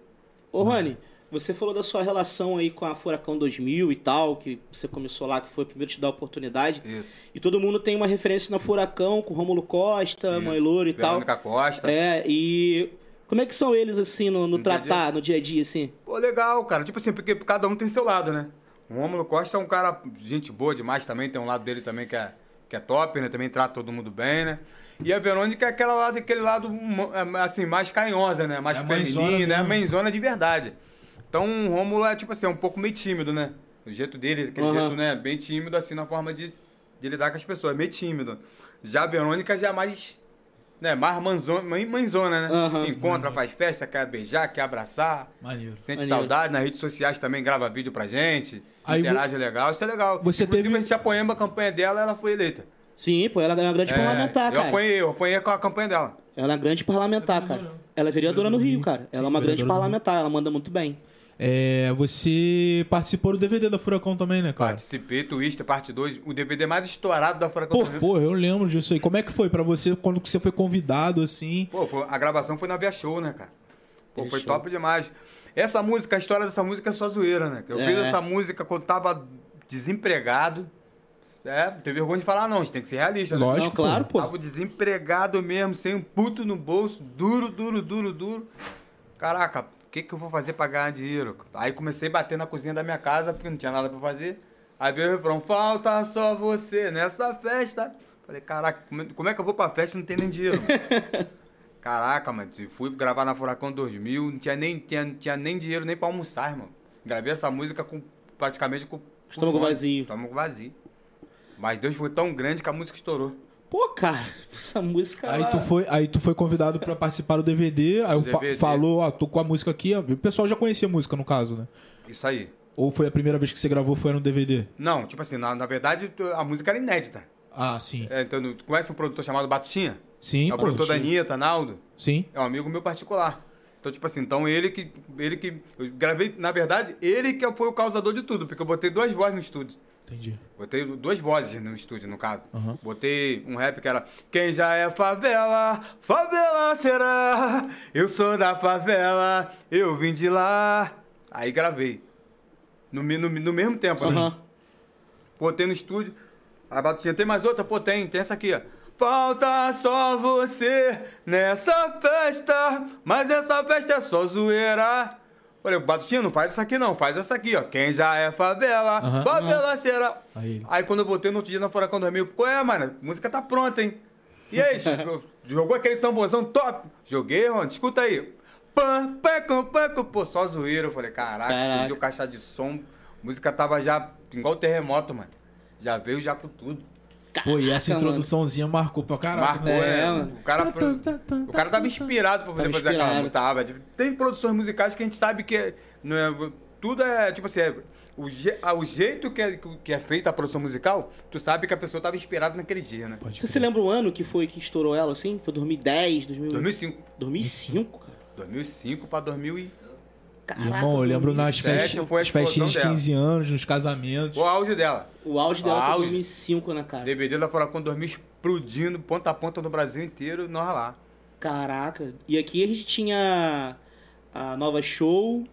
B: Ô, Rony, você falou da sua relação aí com a Furacão 2000 e tal, que você começou lá, que foi o primeiro que te dar a oportunidade.
C: Isso.
B: E todo mundo tem uma referência na Furacão, com Rômulo Costa,
C: Isso.
B: Mãe Loura e tal.
C: Verônica Costa.
B: É, e como é que são eles, assim, no, no
C: No dia a
B: tratar, no dia a dia, assim?
C: Pô, legal, cara. Tipo assim, porque cada um tem seu lado, né? O Rômulo Costa é um cara, gente boa demais também, tem um lado dele também que é, que é top, né? Também trata todo mundo bem, né? E a Verônica é aquela lado, aquele lado, hum, é, assim, mais carinhosa, né? Mais
A: É a mãezona
C: feminina, né?
A: mesmo.
C: Mãezona de verdade. Então o Rômulo é, tipo assim, é um pouco meio tímido, né? O jeito dele, aquele
B: Aham.
C: jeito, né? Bem tímido, assim, na forma de, de lidar com as pessoas, meio tímido. Já a Verônica já é mais, né? Mais manzona, mãe- mãezona, né?
B: Aham.
C: Encontra, faz festa, quer beijar, quer abraçar.
A: Maneiro.
C: Sente
B: Maneiro.
C: saudade, nas redes sociais também grava vídeo pra gente,
A: Aí
C: interage legal, isso é legal.
A: Você
C: Inclusive,
A: teve-
C: a gente apoiou a campanha dela, ela foi eleita.
B: Sim, pô, ela é uma grande parlamentar,
C: eu
B: cara.
C: apoiei, eu apoiei com a campanha dela.
B: Ela é uma grande parlamentar, cara. Ela é vereadora no Rio, cara. Ela é uma grande
A: vereadora no Rio.
B: parlamentar, ela manda muito bem.
A: É, você participou do DVD da Furacão também, né, cara?
C: Participei, Twister, parte 2, o DVD mais estourado da Furacão
A: Pô,
C: do Rio.
A: pô, eu lembro disso aí. Como é que foi pra você quando você foi convidado, assim?
C: Pô, foi- a gravação foi na Via Show, né, cara? Pô,
B: Via
C: foi
B: Show.
C: top demais. Essa música, a história dessa música é só zoeira, né? Eu
B: É.
C: fiz essa música quando tava desempregado. É, não tem vergonha de falar, não, a gente tem que ser realista, né?
A: Lógico.
B: Não, claro, pô.
C: Tava desempregado mesmo, sem um puto no bolso, duro, duro, duro, duro. Caraca, o que, que eu vou fazer pra ganhar dinheiro? Aí comecei a bater na cozinha da minha casa, porque não tinha nada pra fazer. Aí veio o refrão, falta só você nessa festa. Falei, caraca, como- como é que eu vou pra festa e não tem nem dinheiro? mano? caraca, mano, eu fui gravar na Furacão 2000, não tinha nem, tinha, não tinha nem dinheiro nem pra almoçar, irmão. Gravei essa música com, praticamente com... com
B: Estômago
C: fome,
B: vazio.
C: Estômago vazio. Mas Deus foi tão grande que a música estourou.
B: Pô, cara, essa música.
A: Aí
B: ela-
A: tu, foi, aí tu foi convidado pra participar do DVD, aí eu fa-
C: DVD.
A: falou, ó, tô com a música aqui. ó. O pessoal já conhecia a música, no caso, né?
C: Isso aí.
A: Ou foi a primeira vez que você gravou, foi no DVD?
C: Não, tipo assim, na, na verdade tu- a música era inédita.
A: Ah, sim.
C: É, então, tu conhece um produtor chamado Batutinha?
A: Sim.
C: é o produtor da
A: Sim.
C: Anitta, Naldo.
A: Sim.
C: É um amigo meu particular. Então, tipo assim, então ele que. Ele que. Eu gravei, na verdade, ele que foi o causador de tudo, porque eu botei duas vozes no estúdio.
A: Entendi.
C: Botei duas vozes no estúdio, no caso.
A: Aham.
C: Botei um rap que era Quem já é favela, favela será. Eu sou da favela, eu vim de lá. Aí gravei. No, mi- no, mi- no mesmo tempo. né?
B: Aham.
C: Botei no estúdio. A batutinha tem mais outra? Pô, tem, tem essa aqui, ó. Falta só você nessa festa, mas essa festa é só zoeira. Falei, Batutinha, não faz essa aqui não, faz essa aqui, ó. Quem já é favela,
A: Aham.
C: favela será.
A: Aí
C: Aí,
A: ele.
C: quando eu voltei no outro dia na Furacão 2000, pô, é, mano, a música tá pronta, hein? E aí, jogou aquele tamborzão top? Joguei, mano, escuta aí. Pã, paco, paco, pô, só zoeira. Eu falei, caraca,
B: Caraca.
C: explodiu o caixa de som. A música tava já igual terremoto, mano. Já veio já com tudo.
A: Pô, e essa
B: Caraca, mano.
A: introduçãozinha marcou pra caralho.
C: Marcou,
A: né?
B: é,
C: é,
B: mano.
C: o cara, o cara tava inspirado pra poder
B: Tava
C: fazer aquela Ah,
B: inspirado.
C: música. Tava. Tem produções musicais que a gente sabe que não é- tudo é, tipo assim, é, o, je- a- o jeito que é, que é feita a produção musical, tu sabe que a pessoa tava inspirada naquele dia, né?
A: Pode
B: Você se lembra o ano que foi que estourou ela, assim? Foi 2010, 2000...
C: 2005.
B: 2005, cara.
C: 2005 pra 2000 e...
B: Caraca,
A: Irmão, eu lembro nas
B: 2007.
C: festas-
A: festas,
C: foi a
A: nas festinhas de
C: explosão
A: 15 anos, nos casamentos.
C: O auge dela.
B: O auge dela foi
C: Auge.
B: 2005, né, cara?
C: DVD da Furacão 2000 explodindo ponta a ponta no Brasil inteiro, nós lá.
B: Caraca. E aqui a gente tinha a nova show,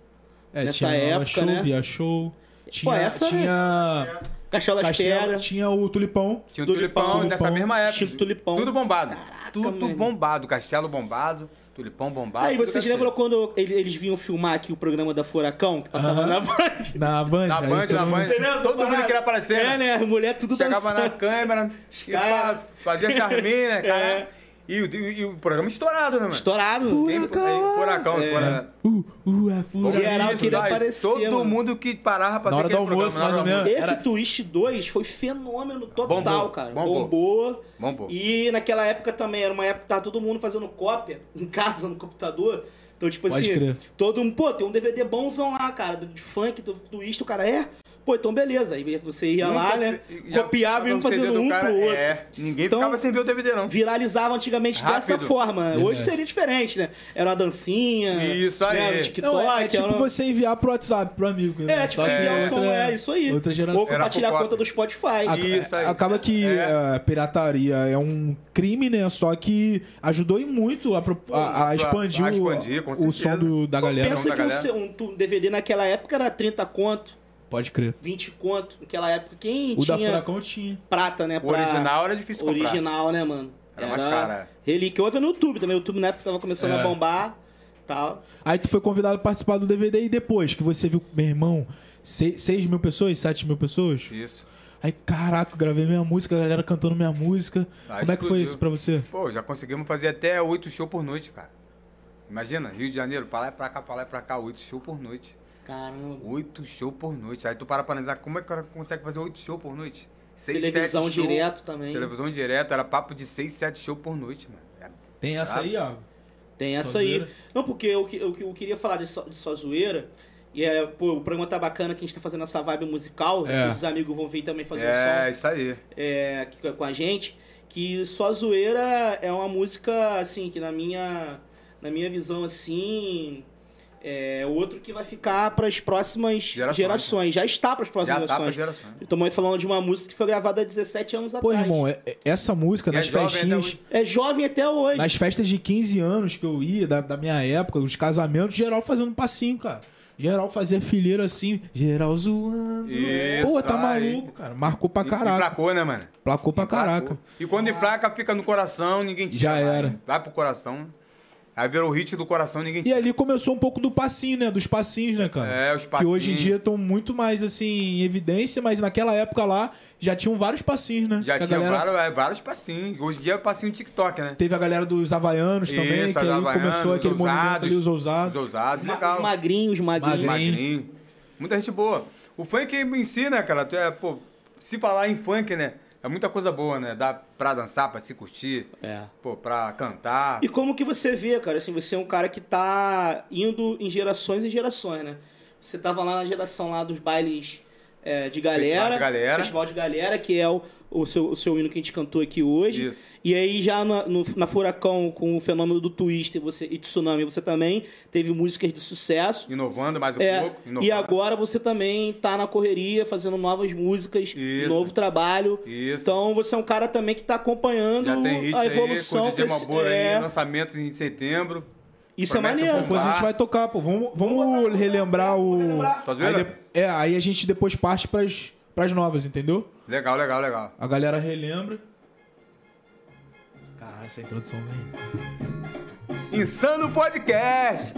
A: É,
B: Nessa
A: tinha Nova
B: época,
A: show,
B: né?
A: Via Show. Tinha,
B: essa- né?
A: tinha,
B: Castelo das
A: Castelo,
B: Pedras.
A: tinha o Tulipão.
C: Tinha o
B: Tulipão,
C: Tulipão, nessa
A: Tulipão,
C: mesma época.
B: Chico Tulipão.
C: Tudo bombado. tudo
B: mano.
C: bombado. Castelo bombado, Tulipão bombado.
B: Aí,
C: tudo assim.
B: vocês
C: cacete.
B: lembram quando ele- eles vinham filmar aqui o programa da Furacão, que passava
A: Aham.
B: na Band?
A: Na Band.
C: Na
A: aí
C: Band,
A: todo
C: na
A: mundo-
C: Band. é. Todo mundo queria aparecer.
B: É, né? A mulher tudo
C: Chegava na
B: dançando.
C: câmera, e
B: Cara.
C: fa- fazia charminho, né, cara?
B: É.
C: E, o, e o programa estourado, né, mano?
B: Estourado. É.
C: Tem- tem Furacão, furacão.
A: Uh, uh, é fura.
B: Geral
C: Isso,
B: queria
C: aí,
B: aparecer,
C: Todo
B: mano.
C: mundo que parava pra
A: Na
C: ver
A: hora do
C: aquele
A: almoço, mais
C: programa, na
A: ou
C: hora do
A: menos.
B: Esse
A: Era-
B: Twist 2 foi fenômeno total,
C: Bombou,
B: cara. Bombou.
C: bombou. Bombou.
B: E naquela época também, era uma época que tava todo mundo fazendo cópia em casa, no computador. Então, tipo
A: Pode
B: assim,
A: crer.
B: todo mundo, pô, tem um DVD bonzão lá, cara, do- de funk, do twist, o cara é. Pô, então beleza. Aí você ia
C: Nunca-
B: lá, né?
C: e- e-
B: Copiava e ia
C: o CD
B: fazendo
C: do
B: um
C: cara-
B: pro outro.
C: É, ninguém
B: Então,
C: ficava sem ver o DVD, não.
B: Viralizava antigamente dessa
C: Rápido.
B: forma. Hoje
A: Verdade.
B: seria diferente, né? Era uma dancinha.
C: Isso aí.
B: Né? No
C: Não,
B: TikTok,
A: Não, é, é tipo
B: era uma-
A: você enviar pro WhatsApp, pro amigo. né?
B: É, tipo,
A: Só que
B: enviar o som,
A: outra-
B: é isso aí.
A: Outra
B: Ou
A: geração.
C: Era
B: compartilhar a
C: pro
B: conta do Spotify.
A: Ac-
C: Isso aí.
A: Acaba que
C: É.
A: eh, pirataria é um crime, né? Só que ajudou e muito a, pro- a- a
C: A-
A: expandir,
C: a
A: o-
C: expandir, com
A: o,
C: certeza.
A: som do- da galera.
B: Pensa
C: da
B: que um,
C: galera.
B: se- um tu- um DVD naquela época era 30 conto,
A: Pode crer.
B: 20 conto. Naquela época, quem
A: O da
B: tinha
A: Furacão tinha.
B: prata, né?
C: O
B: pra-
C: original era difícil comprar.
B: Original, né, mano?
C: Era mais cara. é.
B: Relíquia. Houve no YouTube também. O YouTube na época tava começando
A: É.
B: a bombar tal.
A: Aí tu foi convidado a participar do DVD e depois que você viu, meu irmão, 6 mil pessoas, 7 mil pessoas?
C: Isso.
A: Aí, caraca, eu gravei minha música, a galera cantando minha música.
C: Ah,
A: Como é que foi
C: explodiu.
A: isso pra você?
C: Pô, já conseguimos fazer até oito shows por noite, cara. Imagina, Rio de Janeiro, pra lá e pra cá, pra lá e pra cá, oito shows por noite.
B: Caramba.
C: Oito shows por noite. Aí tu para pra analisar como é que o cara consegue fazer oito shows por noite? Seis,
B: Televisão
C: sete shows.
B: direto também.
C: Televisão direto, era papo de seis, sete shows por noite, mano. É
A: Tem essa aí, ó.
B: Tem essa
A: Só
B: aí.
A: zoeira.
B: Não, porque eu, que- eu, que- eu queria falar de só, de só zoeira. E é, pô, o programa tá bacana que a gente tá fazendo essa vibe musical.
A: É.
B: Os amigos vão vir também fazer um som.
C: É, isso aí.
B: é, aqui com- com a gente, que Só Zoeira é uma música, assim, que na minha, na minha visão, assim, é outro que vai ficar para as próximas gerações.
C: Gerações. né?
B: Já está para as próximas
C: Já tá pra
B: gerações.
C: geração.
B: Estamos falando de uma música que foi gravada há 17 anos
A: Pô,
B: atrás.
A: irmão, é- é- essa música,
C: E
A: nas
C: é jovem até
A: festinhas.
C: hoje.
B: É jovem até hoje.
A: Nas festas de 15 anos que eu ia, da, da minha época, os casamentos, geral fazendo um passinho, cara. Geral fazia fileira assim, geral zoando.
C: Isso
A: Pô, tá
C: aí.
A: maluco, cara. Marcou pra
C: E-
A: caraca.
C: E placou, né, mano?
A: Placou pra caraca.
C: Placou. E quando emplaca, fica no coração, ninguém tira.
A: Já
C: vai.
A: era.
C: Vai pro coração. Aí virou o hit do coração, ninguém
A: E
C: tira.
A: ali começou um pouco do passinho, né? Dos passinhos, né, cara?
C: É, os
A: Que
C: passinhos.
A: hoje em dia estão muito mais, assim, em evidência, mas naquela época lá já tinham vários passinhos, né?
C: Já
A: Que a
C: tinha
A: galera-
C: vários, é, vários passinhos. Hoje em dia é passinho TikTok, né?
A: Teve a galera dos Havaianos também,
C: Isso,
A: que
C: as
A: aí
C: Havaianas,
A: começou
C: os
A: aquele movimento ali, os ousados.
C: Os ousados,
B: Ma-
C: legal.
B: os magrinhos, os magrinhos.
A: Magrinho.
C: Magrinho. Muita gente boa. O funk em si, né, cara? tu É, pô, se falar em funk, né? É muita coisa boa, né? Dá pra dançar, pra se curtir,
B: É.
C: pô, pra cantar.
B: E como que você vê, cara? Assim, você é um cara que tá indo em gerações e gerações, né? Você tava lá na geração lá dos bailes é, de galera.
C: Festival de galera.
B: Festival de galera, que é o, o, seu, o seu hino que a gente cantou aqui hoje.
C: Isso.
B: E aí já na, no- na Furacão, com o fenômeno do Twister você, e Tsunami, você também teve músicas de sucesso.
C: Inovando mais um
B: É,
C: pouco. Inovando.
B: e agora você também tá na correria, fazendo novas músicas,
C: Isso.
B: novo trabalho.
C: Isso.
B: Então você é um cara também que tá acompanhando
C: Já tem hit
B: a evolução.
C: aí, com o DJ
B: desse-
C: Malboro
B: é,
C: aí, né? lançamento em setembro.
B: isso é
C: promete um
B: maneiro.
C: bom
A: Depois a gente vai tocar, pô. Vamos, vamos relembrar o.
C: Só
A: Aí
C: zoeira?
A: de- É, aí a gente depois parte pras, pras novas, entendeu?
C: Legal, legal, legal.
A: A galera relembra. Caralho, essa introduçãozinha.
C: Insano Podcast.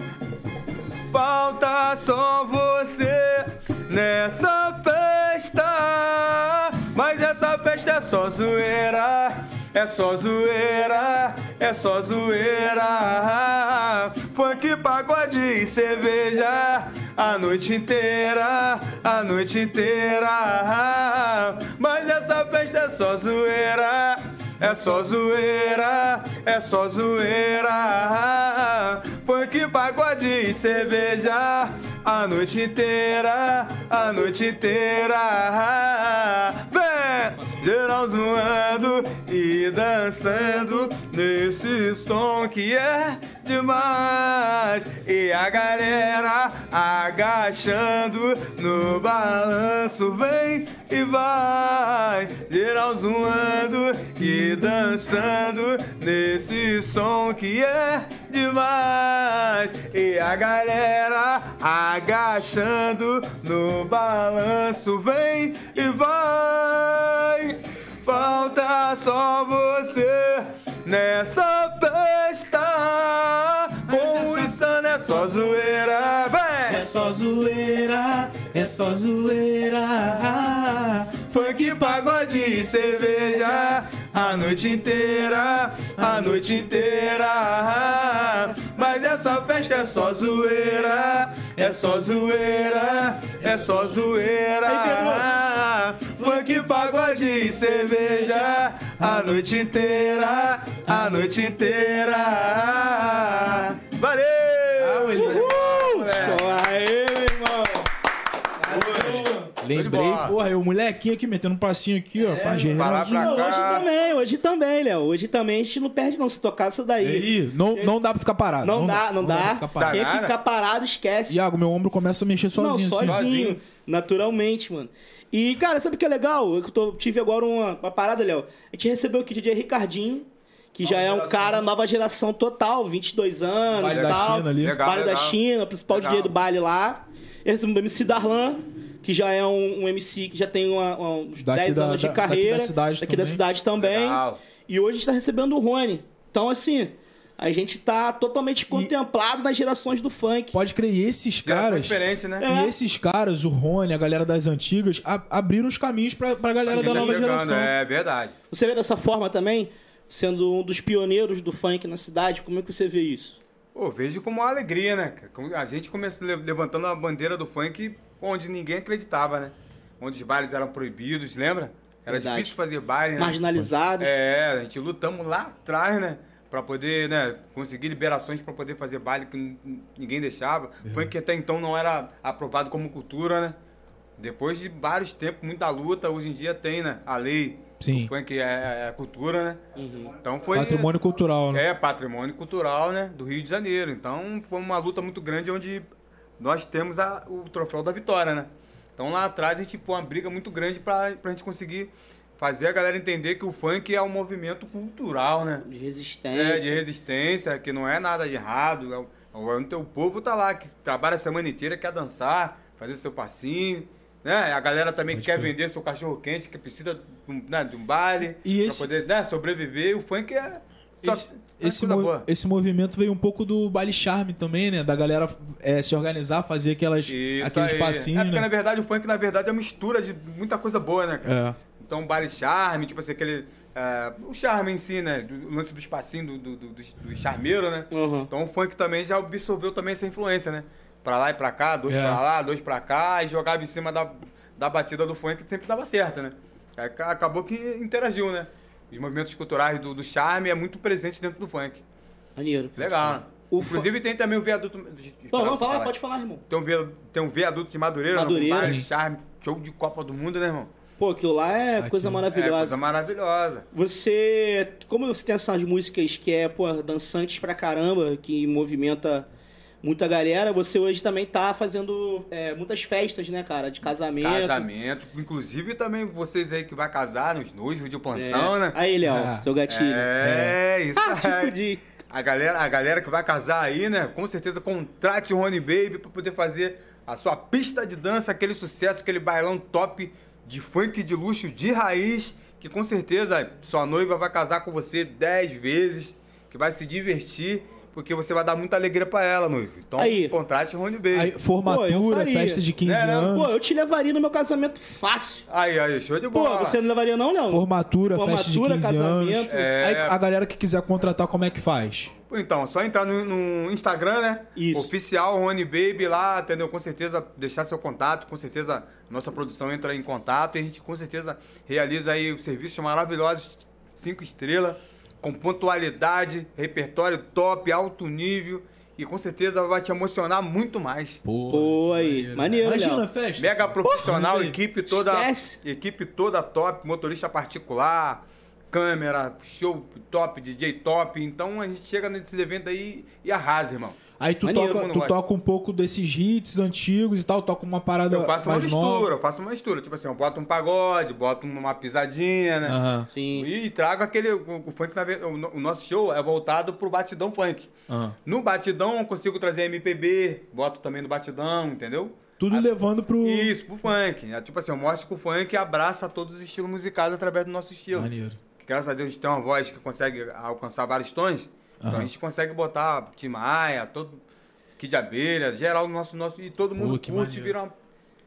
C: Falta só você nessa festa. Mas essa festa é só zoeira. É só zoeira, é só zoeira. Funk, pagode e cerveja a noite inteira, a noite inteira. Mas essa festa é só zoeira, É só zoeira, é só zoeira. Funk, pagode e cerveja. A noite inteira, a noite inteira. Vem! Geral zoando e dançando nesse som que é demais. E a galera agachando no balanço, vem e vai. Geral zoando e dançando nesse som que é demais. E a galera agachando no balanço, vem e vai. Falta só você nessa festa.
A: Mas
C: Com
A: essa-
C: o insano é só zoeira,
A: É
C: vem.
A: só zoeira, é só zoeira.
C: Funk, pagode e cerveja a noite inteira, a noite inteira. Mas essa festa é só zoeira, é só zoeira, é só zoeira. Funk, pagode e cerveja a noite inteira, a noite inteira. Valeu!
B: Uhul!
C: moleque.
B: Aê, meu irmão!
A: Lembrei,
C: bola.
A: porra, eu molequinho aqui metendo um passinho aqui, ó, pra gente.
C: vai lá pra
B: É, Não,
C: cá.
B: hoje também, hoje também, Léo. Hoje também a gente não perde, não. Se tocar isso
A: E
B: daí.
A: aí, não, não dá pra ficar parado.
B: Não, dá, não
A: pra
B: dá.
A: ficar parado.
B: Quem
C: Dá nada?
B: ficar parado, esquece.
A: Iago, meu ombro começa a mexer
B: Não,
A: sozinho.
B: sozinho,
A: assim.
C: Sozinho.
B: naturalmente, mano. E, cara, sabe o que é legal? Eu tô- tive agora uma, uma parada, Léo. A gente recebeu aqui o DJ Ricardinho, que já é um
C: geração.
B: cara nova geração total, 22 anos
A: Baile
B: e
A: da
B: tal.
A: China ali.
C: Legal,
B: baile da
C: legal.
B: China, principal
C: Legal.
B: DJ do baile lá. Eu recebi o MC Darlan, que já é um, um MC que já tem uma- uma- uns
A: Daqui
B: 10
A: da-
B: anos
A: da-
B: de carreira.
A: daqui da cidade
B: daqui da
A: também.
B: cidade também.
C: Legal.
B: E hoje a gente tá recebendo o Rony. Então, assim, a gente tá totalmente contemplado nas gerações do funk.
A: Pode crer, e esses
C: Cara,
A: caras.
C: diferente, né?
B: É.
A: E esses caras, o Rony, a galera das antigas, a- abriram os caminhos pra, pra galera
C: Quem
A: da
C: tá
A: nova
C: chegando,
A: geração.
C: É verdade.
B: Você vê dessa forma também, sendo um dos pioneiros do funk na cidade, como é que você vê isso?
C: Pô, vejo como uma alegria, né? cara? Como A gente começa le- levantando a bandeira do funk onde ninguém acreditava, né? Onde os bailes eram proibidos, lembra? Era
B: Verdade.
C: difícil fazer baile, né?
B: Marginalizado.
C: É, a gente lutamos lá atrás, né? Pra poder, né, conseguir liberações pra poder fazer baile que n- ninguém deixava.
A: É.
C: Funk até então não era aprovado como cultura, né? Depois de vários tempos, muita luta, hoje em dia tem, né? A lei.
A: Sim.
C: O funk é, é cultura, né? Então foi.
A: Patrimônio cultural, né?
C: É, patrimônio cultural, né? Do Rio de Janeiro. Então, foi uma luta muito grande onde nós temos a- o troféu da vitória, né? Então, lá atrás, a gente pôs uma briga muito grande pra, pra gente conseguir fazer a galera entender que o funk é um movimento cultural, né?
B: De
C: É,
B: resistência.
C: de resistência, que não é nada de errado. é o- é o- O teu povo tá lá, que trabalha a semana inteira, quer dançar, fazer seu passinho. Né? A galera também que quer vender seu cachorro quente, que precisa de um, né, de um baile,
A: E esse-
C: pra poder né, sobreviver. E o funk é. só-
A: Esse,
C: é
A: esse
C: coisa
A: mo-
C: boa.
A: esse movimento veio um pouco do baile charme também, né? Da galera é, se organizar, fazer aquelas,
C: Isso
A: aqueles
C: aí. É
A: passinhos,
C: porque, na
A: né?
C: verdade, o funk, na verdade, é uma mistura de muita coisa boa, né,
A: É.
C: cara? Então, baile charme, tipo assim, aquele... é, o charme em si, né? O lance dos passinhos do, do, do, dos- dos charmeiros, né?
B: Uhum.
C: Então, o funk também já absorveu também essa influência, né? Pra lá e pra cá, dois
A: É.
C: pra lá, dois pra cá, e jogava em cima da, da batida do funk que sempre dava certo, né? Aí ca- Acabou que interagiu, né? Os movimentos culturais do, do charme é muito presente dentro do funk.
B: Maneiro.
C: Legal, né?
B: O fa-
C: Inclusive, tem também o viaduto...
B: Não, não, fala, pode falar, irmão.
C: Tem um, via- tem um viaduto de Madureira,
B: Madureira.
C: Né? Com baile,
A: Sim.
C: charme, show de Copa do Mundo, né, irmão?
B: Pô, aquilo lá é
A: Aqui.
B: coisa
C: É,
B: maravilhosa.
C: coisa maravilhosa.
B: Você. Como você tem essas músicas que é, pô, dançantes pra caramba, que movimenta muita galera, você hoje também tá fazendo é, muitas festas, né, cara? De casamento.
C: Casamento. Inclusive, também vocês aí que vai casar, nos noivos de
B: É.
C: plantão, né?
B: Aí, Léo,
A: Ah.
B: seu gatilho.
C: É, isso
B: Ah, te
C: aí.
B: fudi.
C: A galera, a galera que vai casar aí, né? Com certeza contrate o Rony Baby pra poder fazer a sua pista de dança, aquele sucesso, aquele bailão top de funk de luxo de raiz, que com certeza sua noiva vai casar com você 10 vezes, que vai se divertir, porque você vai dar muita alegria pra ela, noivo. Então,
B: Aí.
C: contrate o Rony Baby.
A: Aí, formatura,
B: faria.
A: festa de 15
C: Né, né?
A: anos.
B: Pô, eu te levaria no meu casamento fácil.
C: Aí, aí, show de
B: Pô,
C: bola.
B: você não levaria não, Léo?
A: Formatura, festa de
B: Formatura,
A: 15 anos.
B: casamento. É.
A: Aí a galera que quiser contratar, como é que faz?
C: Pô, Então, só entrar no, no Instagram, né?
B: Isso.
C: Oficial Rony Baby lá, entendeu? Com certeza deixar seu contato, com certeza nossa produção entra em contato e a gente com certeza realiza aí serviços maravilhosos cinco estrelas, com pontualidade, repertório top, alto nível e com certeza vai te emocionar muito mais.
A: Porra,
B: Pô, aí.
A: maneiro.
B: Maneiro,
A: Imagina
B: Léo.
A: a festa.
C: Mega profissional,
A: Porra,
C: equipe toda,
B: Esquece.
C: equipe toda top, motorista particular, câmera, show top, DJ top. Então a gente chega nesses eventos aí e arrasa, irmão.
A: Aí tu,
B: Maneiro,
A: toca,
C: mano,
A: tu
C: vai.
A: toca um pouco desses hits antigos e tal, toca uma parada
C: Eu faço uma
A: mais nova.
C: mistura, eu faço uma mistura. Tipo assim, eu boto um pagode, boto uma pisadinha, né?
A: Aham.
B: Sim.
C: E trago aquele. O, o funk, na ve- o, no- o nosso show é voltado pro batidão funk.
A: Aham.
C: No batidão eu consigo trazer MPB, boto também no batidão, entendeu?
A: Tudo levando pro.
C: Isso, pro funk. É, tipo assim, eu mostro que o funk abraça todos os estilos musicais através do nosso estilo.
A: Maneiro.
C: Graças a Deus a gente tem uma voz que consegue alcançar vários tons. Então
A: Aham.
C: a gente consegue botar Tim Maia, todo. Kid de abelha, geral, nosso, nosso. E todo mundo
A: que
C: curte,
A: maneiro.
C: vira uma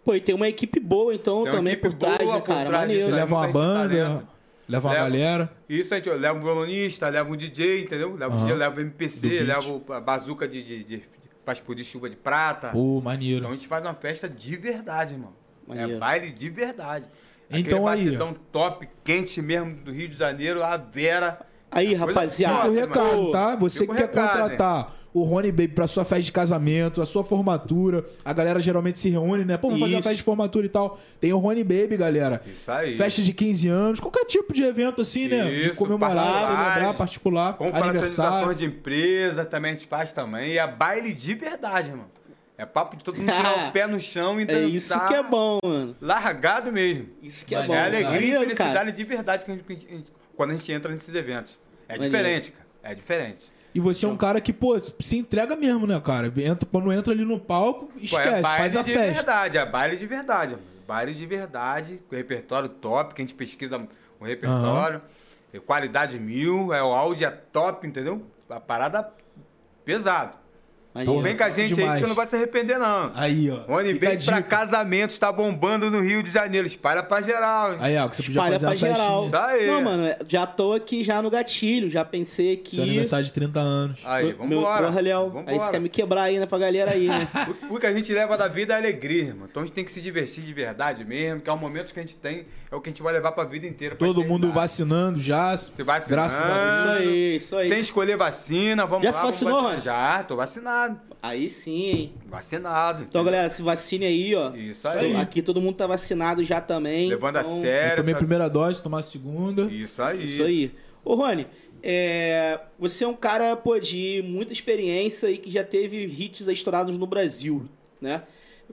B: Pô, e tem uma equipe boa, então,
C: Tem uma
B: também
C: equipe
B: por trás,
C: boa
B: né,
C: por
B: cara?
C: trás disso
A: Você
B: Maneiro.
C: aí.
A: leva uma
C: muita gente tá
A: banda,
C: dentro.
A: leva uma
C: Leva.
A: galera.
C: Isso, a gente leva um violonista, leva um DJ, entendeu? Leva
A: Aham.
C: um DJ, leva o
A: Do
C: MPC,
A: beat.
C: leva a bazuca de, de, de, pra explodir chuva de prata.
A: Pô, maneiro.
C: Então a gente faz uma festa de verdade, irmão.
B: Maneiro.
C: É baile de verdade.
A: Então aí,
C: Aquele batidão top, quente mesmo do Rio de Janeiro, a Vera. É
B: Aí,
C: Coisa
A: Fica o
B: rapaziada.
C: forte. Nossa,
A: recado,
C: mano.
A: tá? Você que
C: Fica o
A: quer
C: recado, né?
A: contratar o Rony Baby pra sua festa de casamento, a sua formatura, a galera geralmente se reúne, né? Pô, vamos fazer uma
B: Isso.
A: festa de formatura e tal. Tem o Rony Baby, galera.
C: Isso aí.
A: Festa de 15 anos, qualquer tipo de evento assim, né? de
C: Isso,
A: comemorar,
C: particulares,
A: celebrar, particular,
C: Com
A: aniversário.
C: fraternizações de empresa, também a gente faz também. E é baile de verdade, irmão. É papo de todo mundo tirar o pé no chão e
B: É
C: dançar.
B: isso que é bom, mano.
C: Largado mesmo.
B: Isso que é bom.
C: é alegria
B: Maneiro,
C: e felicidade de verdade que a gente, que a gente- quando a gente entra nesses eventos. É
B: Maneiro.
C: diferente, cara. É diferente.
A: E você é um cara que, pô, se entrega mesmo, né, cara? Entra, quando entra ali no palco,
C: Pô,
A: esquece,
C: é baile
A: faz a
C: de
A: festa.
C: verdade, é baile de verdade. mano. Baile de verdade, com repertório top, que a gente pesquisa o repertório. E Qualidade mil, é, o áudio é top, entendeu? A parada pesado.
B: Maneiro.
C: Então vem com a gente aí
A: demais.
C: que você não vai se arrepender, não.
A: Aí, ó.
C: Rony,
A: Fica a
C: vem pra
A: dica.
C: casamentos, tá bombando no Rio de Janeiro. Espalha pra geral, hein?
A: Aí, ó, que você podia
B: Espalha
A: fazer
B: pra
A: uma
B: geral.
A: festinha.
C: Isso aí.
B: Não, mano, é, já tô aqui já no gatilho, já pensei aqui.
A: Seu aniversário de 30 anos.
C: Aí,
B: Meu,
C: vambora.
B: porra, Léo, aí você
C: Vambora.
B: quer me quebrar ainda pra galera aí, né?
C: O, o que a gente leva da vida é alegria, irmão. Então a gente tem que se divertir de verdade mesmo, que é o momento que a gente tem, é o que a gente vai levar pra vida inteira. pra
A: Todo mundo
C: eternidade.
A: vacinando já.
C: Se vacinando.
A: Graças a
B: Isso aí, isso aí.
C: Sem escolher vacina, vamos
B: Já
C: lá.
B: se
C: vamos
B: vacinou,
C: vacinar.
B: Rony?
C: Já, tô vacinado.
B: Aí sim, hein?
C: Vacinado.
B: Então,
C: entendeu?
B: galera, se vacine aí, ó.
C: Isso aí.
B: Aqui todo mundo tá vacinado já também.
C: Levando a
B: então,
A: Eu
C: sério.
A: tomei a
C: sabe?
A: primeira dose, tomar a segunda.
C: Isso aí.
B: Isso aí. Ô, Rony, é, você é um cara pô, de muita experiência e que já teve hits estourados no Brasil, né?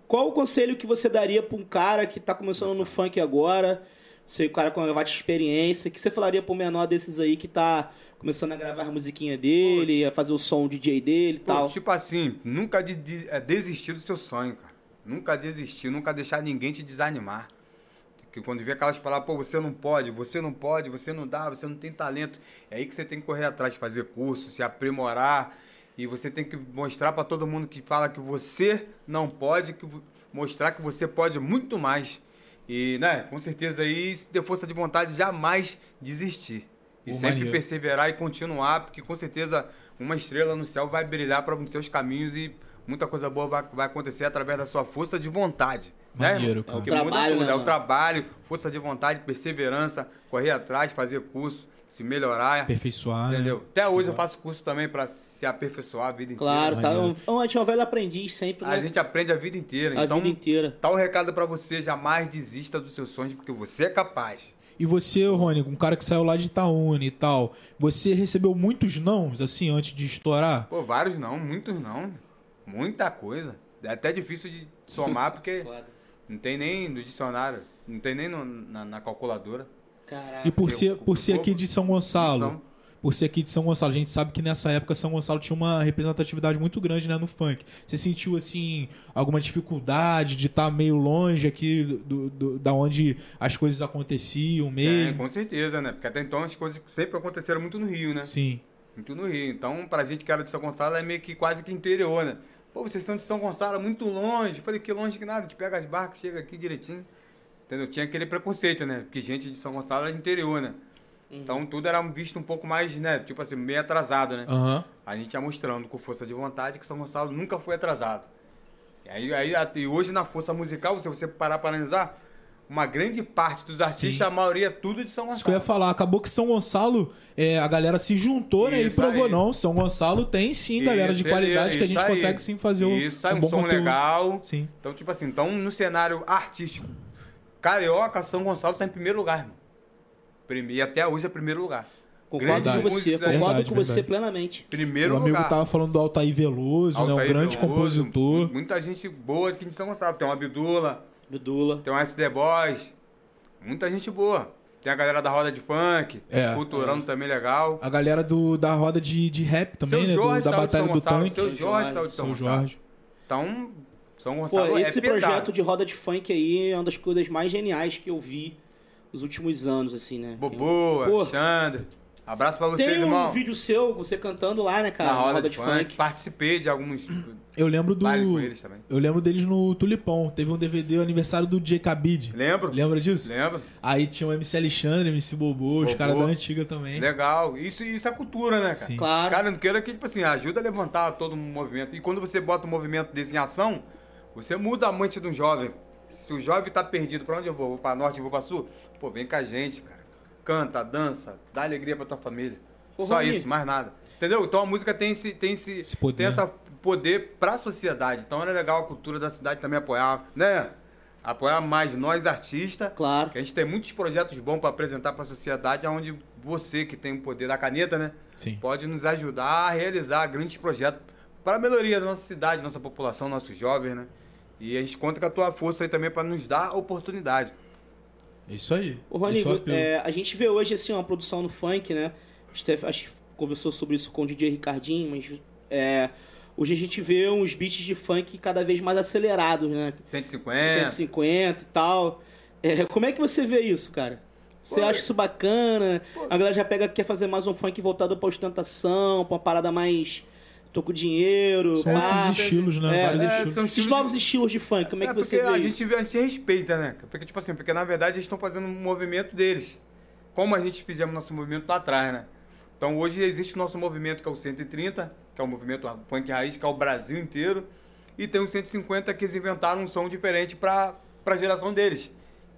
B: Qual o conselho que você daria pra um cara que tá começando no funk agora? Sei o cara com bastante experiência, o que você falaria pro menor desses aí que tá começando a gravar a musiquinha dele, a fazer o som DJ dele e
C: Pô,
B: tal?
C: tipo assim, nunca de- de- é, desistir do seu sonho, cara. Nunca desistir, nunca deixar ninguém te desanimar. Porque quando vê aquelas palavras, pô, você não pode, você não pode, você não dá, você não tem talento. É aí que você tem que correr atrás, fazer curso, se aprimorar. E você tem que mostrar pra todo mundo que fala que você não pode, que vo- mostrar que você pode muito mais. E, né, com certeza aí, se ter força de vontade, jamais desistir. E
A: Pô,
C: sempre
A: maneiro.
C: perceber perseverar e continuar, porque com certeza uma estrela no céu vai brilhar para os seus caminhos e muita coisa boa vai, vai acontecer através da sua força de vontade. né,
A: Maneiro,
C: irmão?
A: cara.
C: É o que
B: É o
C: muda
B: trabalho,
C: tudo,
B: né,
C: é o
B: mano?
C: trabalho, força de vontade, perseverança, correr atrás, fazer curso, se melhorar.
A: Aperfeiçoar. né?
C: Entendeu? Até hoje eu faço curso também para se aperfeiçoar a vida inteira.
B: Claro, tá.
A: Maneiro.
B: Um, um, a gente é um velho aprendiz sempre, né?
C: A gente aprende a vida inteira.
B: A
C: então,
B: vida inteira.
C: tá o recado para você, jamais desista dos seus sonhos, porque você é capaz.
A: E você, Rony, um cara que saiu lá de Itaúna e tal, você recebeu muitos nãos, assim, antes de estourar?
C: Pô, vários não, muitos não. Muita coisa. É até difícil de somar, porque
B: Foda.
C: não tem nem no dicionário, não tem nem no- na, na calculadora.
B: Caraca.
C: É,
A: E por ser, por ser aqui de São Gonçalo,
C: Então.
A: por ser aqui de São Gonçalo, a gente sabe que nessa época São Gonçalo tinha uma representatividade muito grande, né, no funk. Você sentiu, assim, alguma dificuldade de estar meio longe aqui do, do- da onde as coisas aconteciam
C: Tem,
A: mesmo?
C: é, com certeza, né? Porque até então as coisas sempre aconteceram muito no Rio, né?
A: Sim.
C: Muito no Rio. Então, pra gente que era de São Gonçalo, é meio que quase que interior, né? Pô, vocês estão de São Gonçalo, muito longe. Falei, que longe que nada, a gente pega as barcas, chega aqui direitinho. Entendeu? Tinha aquele preconceito, né? Porque gente de São Gonçalo era interior, né? Então tudo era visto um pouco mais, né? Tipo assim, meio atrasado, né?
A: Aham.
C: A gente ia mostrando com força de vontade que São Gonçalo nunca foi atrasado. E aí, aí- e hoje na força musical, se você parar para analisar, uma grande parte dos artistas,
A: Sim.
C: a maioria é tudo de São Gonçalo.
A: Isso que eu ia falar, acabou que São Gonçalo, é, a galera se juntou né, e
C: Isso
A: provou,
C: aí.
A: não. São Gonçalo tem sim galera de
C: Isso,
A: qualidade que a
C: isso
A: gente
C: aí.
A: consegue sim fazer um,
C: Isso, sai
A: um
C: um,
A: bom
C: som
A: conteúdo.
C: legal.
A: Sim.
C: Então, tipo assim, então no cenário artístico, Carioca, São Gonçalo tá em primeiro lugar, irmão. Prime- E até hoje é primeiro lugar.
B: Concordo
A: Verdade.
B: com você,
C: Verdade,
B: concordo com você
A: verdade.
B: plenamente.
C: Primeiro
A: o amigo
C: lugar.
A: tava falando do Altair Veloso, né? Um
C: Altair
A: grande
C: Veloso,
A: compositor.
C: Muita gente boa aqui de São Gonçalo. Tem uma Bidula,
B: Bidula.
C: tem um SD Boys. Muita gente boa. Tem a galera da roda de funk,
A: É.
C: culturando também legal.
A: A galera do, da roda de, de rap também,
C: Seu
A: né? do-
C: Jorge
A: da
C: saiu de
A: Batalha
C: São
A: do
C: Gonçalo,
A: Tanque.
C: Seu Jorge saiu de São
A: São
C: Gonçalo.
A: Jorge.
C: Então, São
B: Pô,
C: Gonçalo
B: esse
C: é pesado.
B: projeto de roda de funk aí é uma das coisas mais geniais que eu vi nos últimos anos, assim, né?
C: Bobo,
B: Pô.
C: Alexandre. Abraço pra vocês,
B: Tem um
C: irmão.
B: vídeo seu, você cantando lá, né, cara?
C: na roda, de, funk. Participei de alguns
A: Eu lembro do.
C: baile com eles também.
A: Eu lembro deles no Tulipão. Teve um DVD aniversário do DJ Cabide.
C: Lembro?
A: Lembra disso?
C: Lembro?
A: Aí tinha o MC Alexandre, MC Bobô, os
C: Bobô.
A: caras da antiga também.
C: Legal. Isso, isso é cultura, né, cara?
A: Sim.
B: Claro.
C: Cara, eu não quero que, tipo assim, ajuda a levantar todo o movimento. E quando você bota o movimento desse em ação, você muda a mente de um jovem. Se o jovem tá perdido, pra onde eu vou? Vou pra norte, vou pra sul? Pô, vem com a gente, cara. Canta, dança, dá alegria pra tua família.
B: Ô,
C: Só
B: Rony.
C: isso, mais nada. Entendeu? Então a música tem esse, tem esse,
A: Esse poder.
C: tem essa poder pra sociedade. Então era legal a cultura da cidade também apoiar, né? Apoiar mais nós artistas.
B: Claro.
C: Que a gente tem muitos projetos bons pra apresentar pra sociedade, onde você que tem o poder da caneta, né?
A: Sim.
C: pode nos ajudar a realizar grandes projetos para a melhoria da nossa cidade, nossa população, nossos jovens, né? E a gente conta com a tua força aí também para nos dar oportunidade.
A: Isso aí.
B: Ô, Rony,
A: Esse é o apelo.
B: é, a gente vê hoje, assim, uma produção no funk, né? A gente teve- acho que conversou sobre isso com o DJ Ricardinho, mas é, hoje a gente vê uns beats de funk cada vez mais acelerados, né?
C: 150.
B: 150 e tal. É, como é que você vê isso, cara? Você
C: Pô,
B: acha isso bacana? A galera já pega quer fazer mais um funk voltado pra ostentação, pra uma parada mais. Tô com dinheiro,
A: São
B: pá.
A: outros estilos, né?
B: É,
A: Vários
C: é,
A: estilos.
C: são-
B: Esses novos estilos de funk, como é,
C: é
B: que você
C: porque
B: vê
C: a
B: isso?
C: gente, vê- a gente respeita, né? Porque, tipo assim, porque na verdade eles estão fazendo um movimento deles. Como a gente fizemos nosso movimento lá atrás, né? Então hoje existe o nosso movimento que é o 130, que é o movimento funk raiz, que é o Brasil inteiro. E tem o 150 que eles inventaram um som diferente pra, pra geração deles.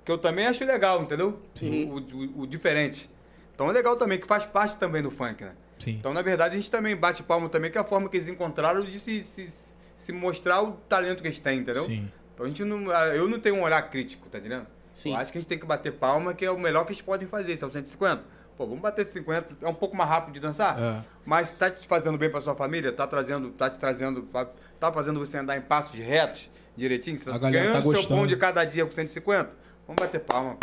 C: Que eu também acho legal, entendeu? O, o- o diferente. Então é legal também, que faz parte também do funk, né?
A: Sim.
C: Então, na verdade, a gente também bate palma também, que é a forma que eles encontraram de se, se, se mostrar o talento que eles têm, entendeu?
A: Sim. É
C: Então a gente não. ah, Eu não tenho um olhar crítico, tá entendendo?
B: Sim.
C: Eu acho que a gente tem que bater palma, que é o melhor que eles podem fazer, são 150. Pô, vamos bater 50, é um pouco mais rápido de dançar,
A: É.
C: mas tá te fazendo bem pra sua família, tá trazendo, tá te trazendo, tá, tá fazendo você andar em passos retos, direitinho, você
A: A galera tá
C: ganhando seu
A: gostando.
C: pão de cada dia com 150. Vamos bater palma,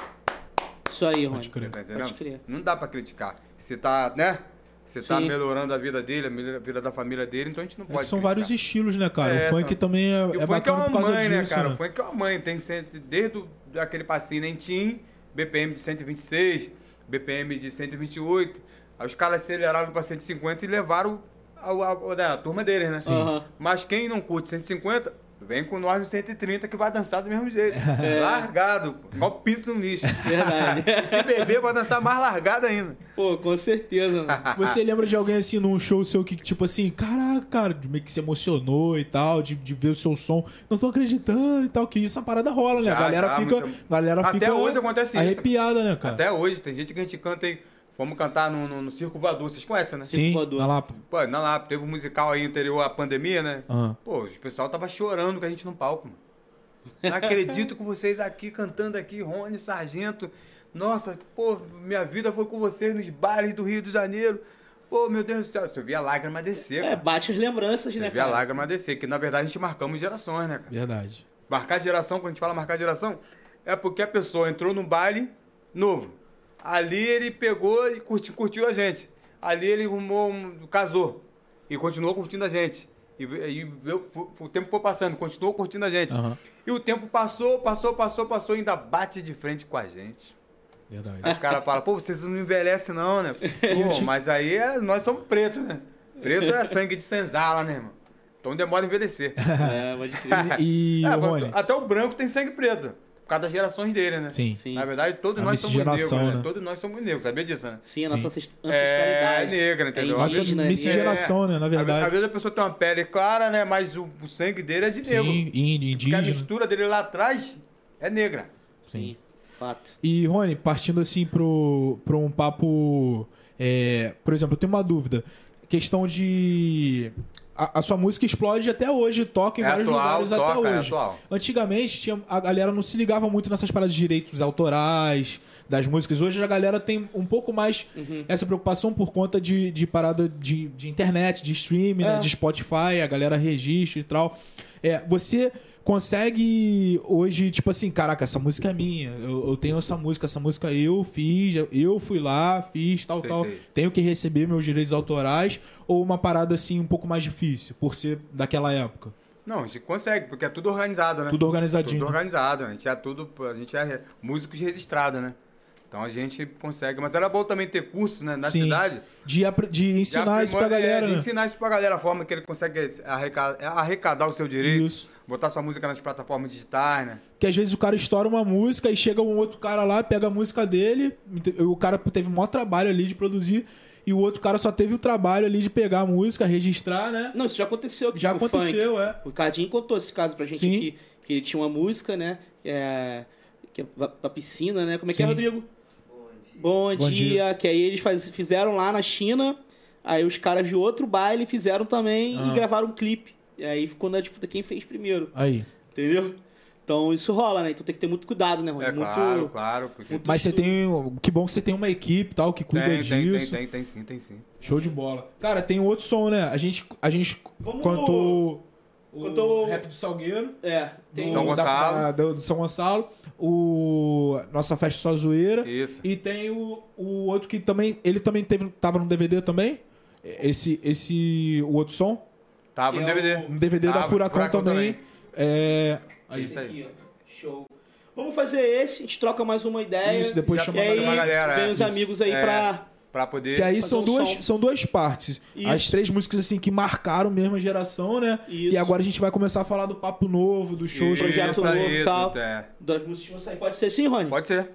B: Isso aí, Rony.
A: crer.
C: tá entendendo?
B: crer.
C: Não dá pra criticar. Você tá, né? Você tá
B: Sim.
C: melhorando a vida dele, a melhor- a vida da família dele, então a gente não
A: É que
C: pode.
A: são
C: criticar.
A: vários estilos, né, cara?
C: É,
A: o funk
C: são-
A: também é,
C: E
A: é
C: o funk é
A: bacana
C: uma
A: por causa
C: mãe, né,
A: disso,
C: cara? O
A: né?
C: funk é uma mãe. Tem sempre- desde o- daquele passinho lentinho, BPM de 126, BPM de 128. Aí os caras aceleraram pra 150 e levaram a, a, a- a turma deles, né?
B: Aham.
C: Mas quem não curte 150, vem com nós no 130 que vai dançar do mesmo jeito. Largado, pô. igual pinto no lixo.
B: Verdade.
C: e se beber, vai dançar mais largado ainda.
B: Pô, com certeza, mano.
A: Você lembra de alguém assim num show seu que, tipo assim, caraca, cara, meio que se emocionou e tal, de, de ver o seu som, não tô acreditando e tal, que isso, a parada rola, né?
C: Já,
A: a galera
C: já,
A: fica.
C: muito-
A: galera
C: Até
A: fica
C: hoje acontece isso.
A: arrepiada, né, cara?
C: Até hoje, tem gente que a gente canta em. Vamos cantar no, no, no Circo Voador, vocês conhecem, né?
A: Sim,
B: voador.
A: na Lapa.
C: Pô, na lá, teve um musical aí anterior à pandemia, né?
A: Aham.
C: Pô, o pessoal tava chorando com a gente no palco, mano. Não acredito com vocês aqui, cantando aqui, Rony, Sargento. Nossa, pô, minha vida foi com vocês nos bares do Rio de Janeiro. Pô, meu Deus do céu, você via a lágrima descer,
B: É,
C: cara.
B: bate as lembranças, né,
C: Você via a
B: cara?
C: lágrima descer, que na verdade a gente marcamos gerações, né, cara?
A: Verdade.
C: Marcar geração, quando a gente fala marcar geração, é porque a pessoa entrou num baile novo. Ali ele pegou e curti- curtiu a gente. Ali ele arrumou um, casou e continuou curtindo a gente. E, e- e eu- o tempo foi passando, continuou curtindo a gente.
A: Aham.
C: E o tempo passou, passou, passou, passou e ainda bate de frente com a gente.
A: Verdade.
C: Aí os caras falam, pô, vocês não envelhecem não, né?
A: Eu
C: Pô,
A: te-
C: mas aí é- nós somos pretos, né? Preto é sangue de senzala, né, irmão? Então demora a envelhecer.
B: É, pode crer.
A: E,
C: É,
A: ô, Rony,
C: até o branco tem sangue preto. Por causa das gerações dele, né?
A: Sim.
B: Sim.
C: Na verdade, todos
A: A
C: nós somos negros,
A: miscigenação,
C: né?
A: né?
C: Todos nós somos negros, sabia disso, né?
B: Sim, a nossa
A: Sim.
B: ancest- ancestralidade.
C: É, negra, entendeu?
A: Nossa
B: indígena, é
A: miscigenação.
B: negra.
A: geração, né, na
C: Às-
A: verdade.
C: Às vezes a pessoa tem uma pele clara, né? Mas o, o sangue dele é de negro.
A: sim, índio,
C: Porque a
A: indígena.
C: mistura dele lá atrás é negra.
A: Sim.
B: Fato.
A: E, Rony, partindo assim pro, pro um papo. é, por exemplo, eu tenho uma dúvida. Questão de. A, a sua música explode até hoje, toca em
C: É
A: vários
C: atual,
A: lugares até
C: toca, é
A: hoje.
C: atual.
A: Antigamente, tinha, a galera não se ligava muito nessas paradas de direitos autorais, das músicas. Hoje a galera tem um pouco mais
C: Uhum.
A: essa preocupação por conta de, de parada de, de internet, de streaming, né,
B: É.
A: de Spotify, a galera registra e tal. É, você consegue hoje, tipo assim, caraca, essa música é minha, eu, eu tenho essa música, essa música eu fiz, eu fui lá, fiz, tal,
C: Sei,
A: tal,
C: sei.
A: tenho que receber meus direitos autorais, ou uma parada assim um pouco mais difícil, por ser daquela época?
C: Não, a gente consegue, porque é tudo organizado, né?
A: Tudo organizadinho.
C: Tudo organizado, a gente é tudo, a gente é re- músicos registrados, né? Então a gente consegue, mas era bom também ter curso, né, na
A: Sim.
C: cidade.
A: De, apre- de
C: Já
A: ensinar isso pra
C: aprimora-
A: galera,
C: é,
A: né?
C: Ensinar isso pra galera, a forma que ele consegue arrecadar, arrecadar o seu direito,
A: Isso.
C: botar sua música nas plataformas digitais, né?
A: Porque às vezes o cara estoura uma música e chega um outro cara lá, pega a música dele, ente- o cara teve o maior trabalho ali de produzir, e o outro cara só teve o trabalho ali de pegar a música, registrar, né?
B: Não, isso já aconteceu aqui
A: Já
B: com o funk.
A: aconteceu, é.
B: O Ricardinho contou esse caso pra gente
A: Sim.
B: aqui, que tinha uma música, né? Que é, que é da- da piscina, né? Como é que é,
A: Sim.
B: Rodrigo? Bom dia.
A: Bom dia.
B: Que aí eles faz- fizeram lá na China, aí os caras de outro baile fizeram também
A: Ah.
B: e gravaram um clipe. E aí ficou na disputa quem fez primeiro,
A: Aí.
B: entendeu? Então isso rola, né? Então tem que ter muito cuidado, né, Rony?
C: É
B: muito...
C: claro, claro. Porque...
B: muito
A: Mas você tem. Que bom que você tem uma equipe e tal que cuida
C: tem, tem, tem,
A: disso.
C: tem, tem sim, tem sim.
A: Show de bola. Cara, tem outro som, né? A gente, a gente
B: Vamos-
A: cantou o,
B: cantou-
A: rap do Salgueiro.
B: É, tem...
C: São
A: o da-
C: Gonçalo.
A: da- do- do São Gonçalo. O Nossa Festa Só Zoeira.
C: Isso.
A: E tem o, o outro que também. Ele também teve, tava no DVD também? Esse. esse o outro som?
C: Tava
B: Que
C: Tá, no
B: é
C: DVD.
A: Um DVD da
C: Tava,
A: Furacão,
C: Furacão
A: também.
C: também.
A: É. Aí,
B: Esse aqui, ó. Show. Vamos fazer esse, a gente troca mais uma ideia.
A: Isso, depois
C: Já
A: chama
B: E
A: a
B: aí,
A: galera.
C: uma galera,
B: vem
C: é.
B: os amigos aí
C: É.
B: pra.
C: Pra poder.
A: Que é aí
B: fazer
A: são
B: um
A: duas,
B: som.
A: são duas partes.
B: Isso.
A: As três músicas assim que marcaram mesmo a geração, né?
B: Isso.
A: E agora a gente vai começar a falar do papo novo, dos shows.
C: Isso,
A: que
B: projeto
C: aí,
B: novo e tal.
C: tudo, é.
B: Das músicas que vão sair. Pode ser sim, Rony?
C: Pode ser.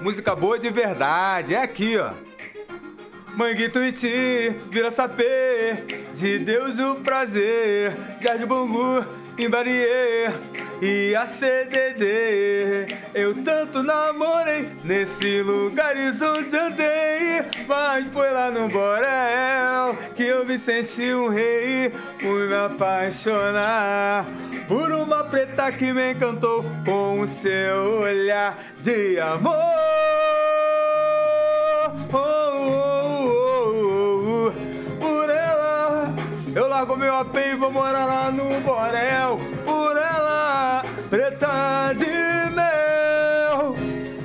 C: Música boa de verdade, é aqui, ó. Manguito e ti, vira sapê, de Deus o prazer, Jardim Bangu, Imbariê e a CDD. Eu tanto namorei nesse lugar onde andei, mas foi lá no Borel que eu me senti um rei, fui me apaixonar por uma preta que me encantou com o seu olhar de amor. Oh, oh, oh, oh. Por ela, eu largo meu AP e vou morar lá no Borel. Por ela, preta de mel.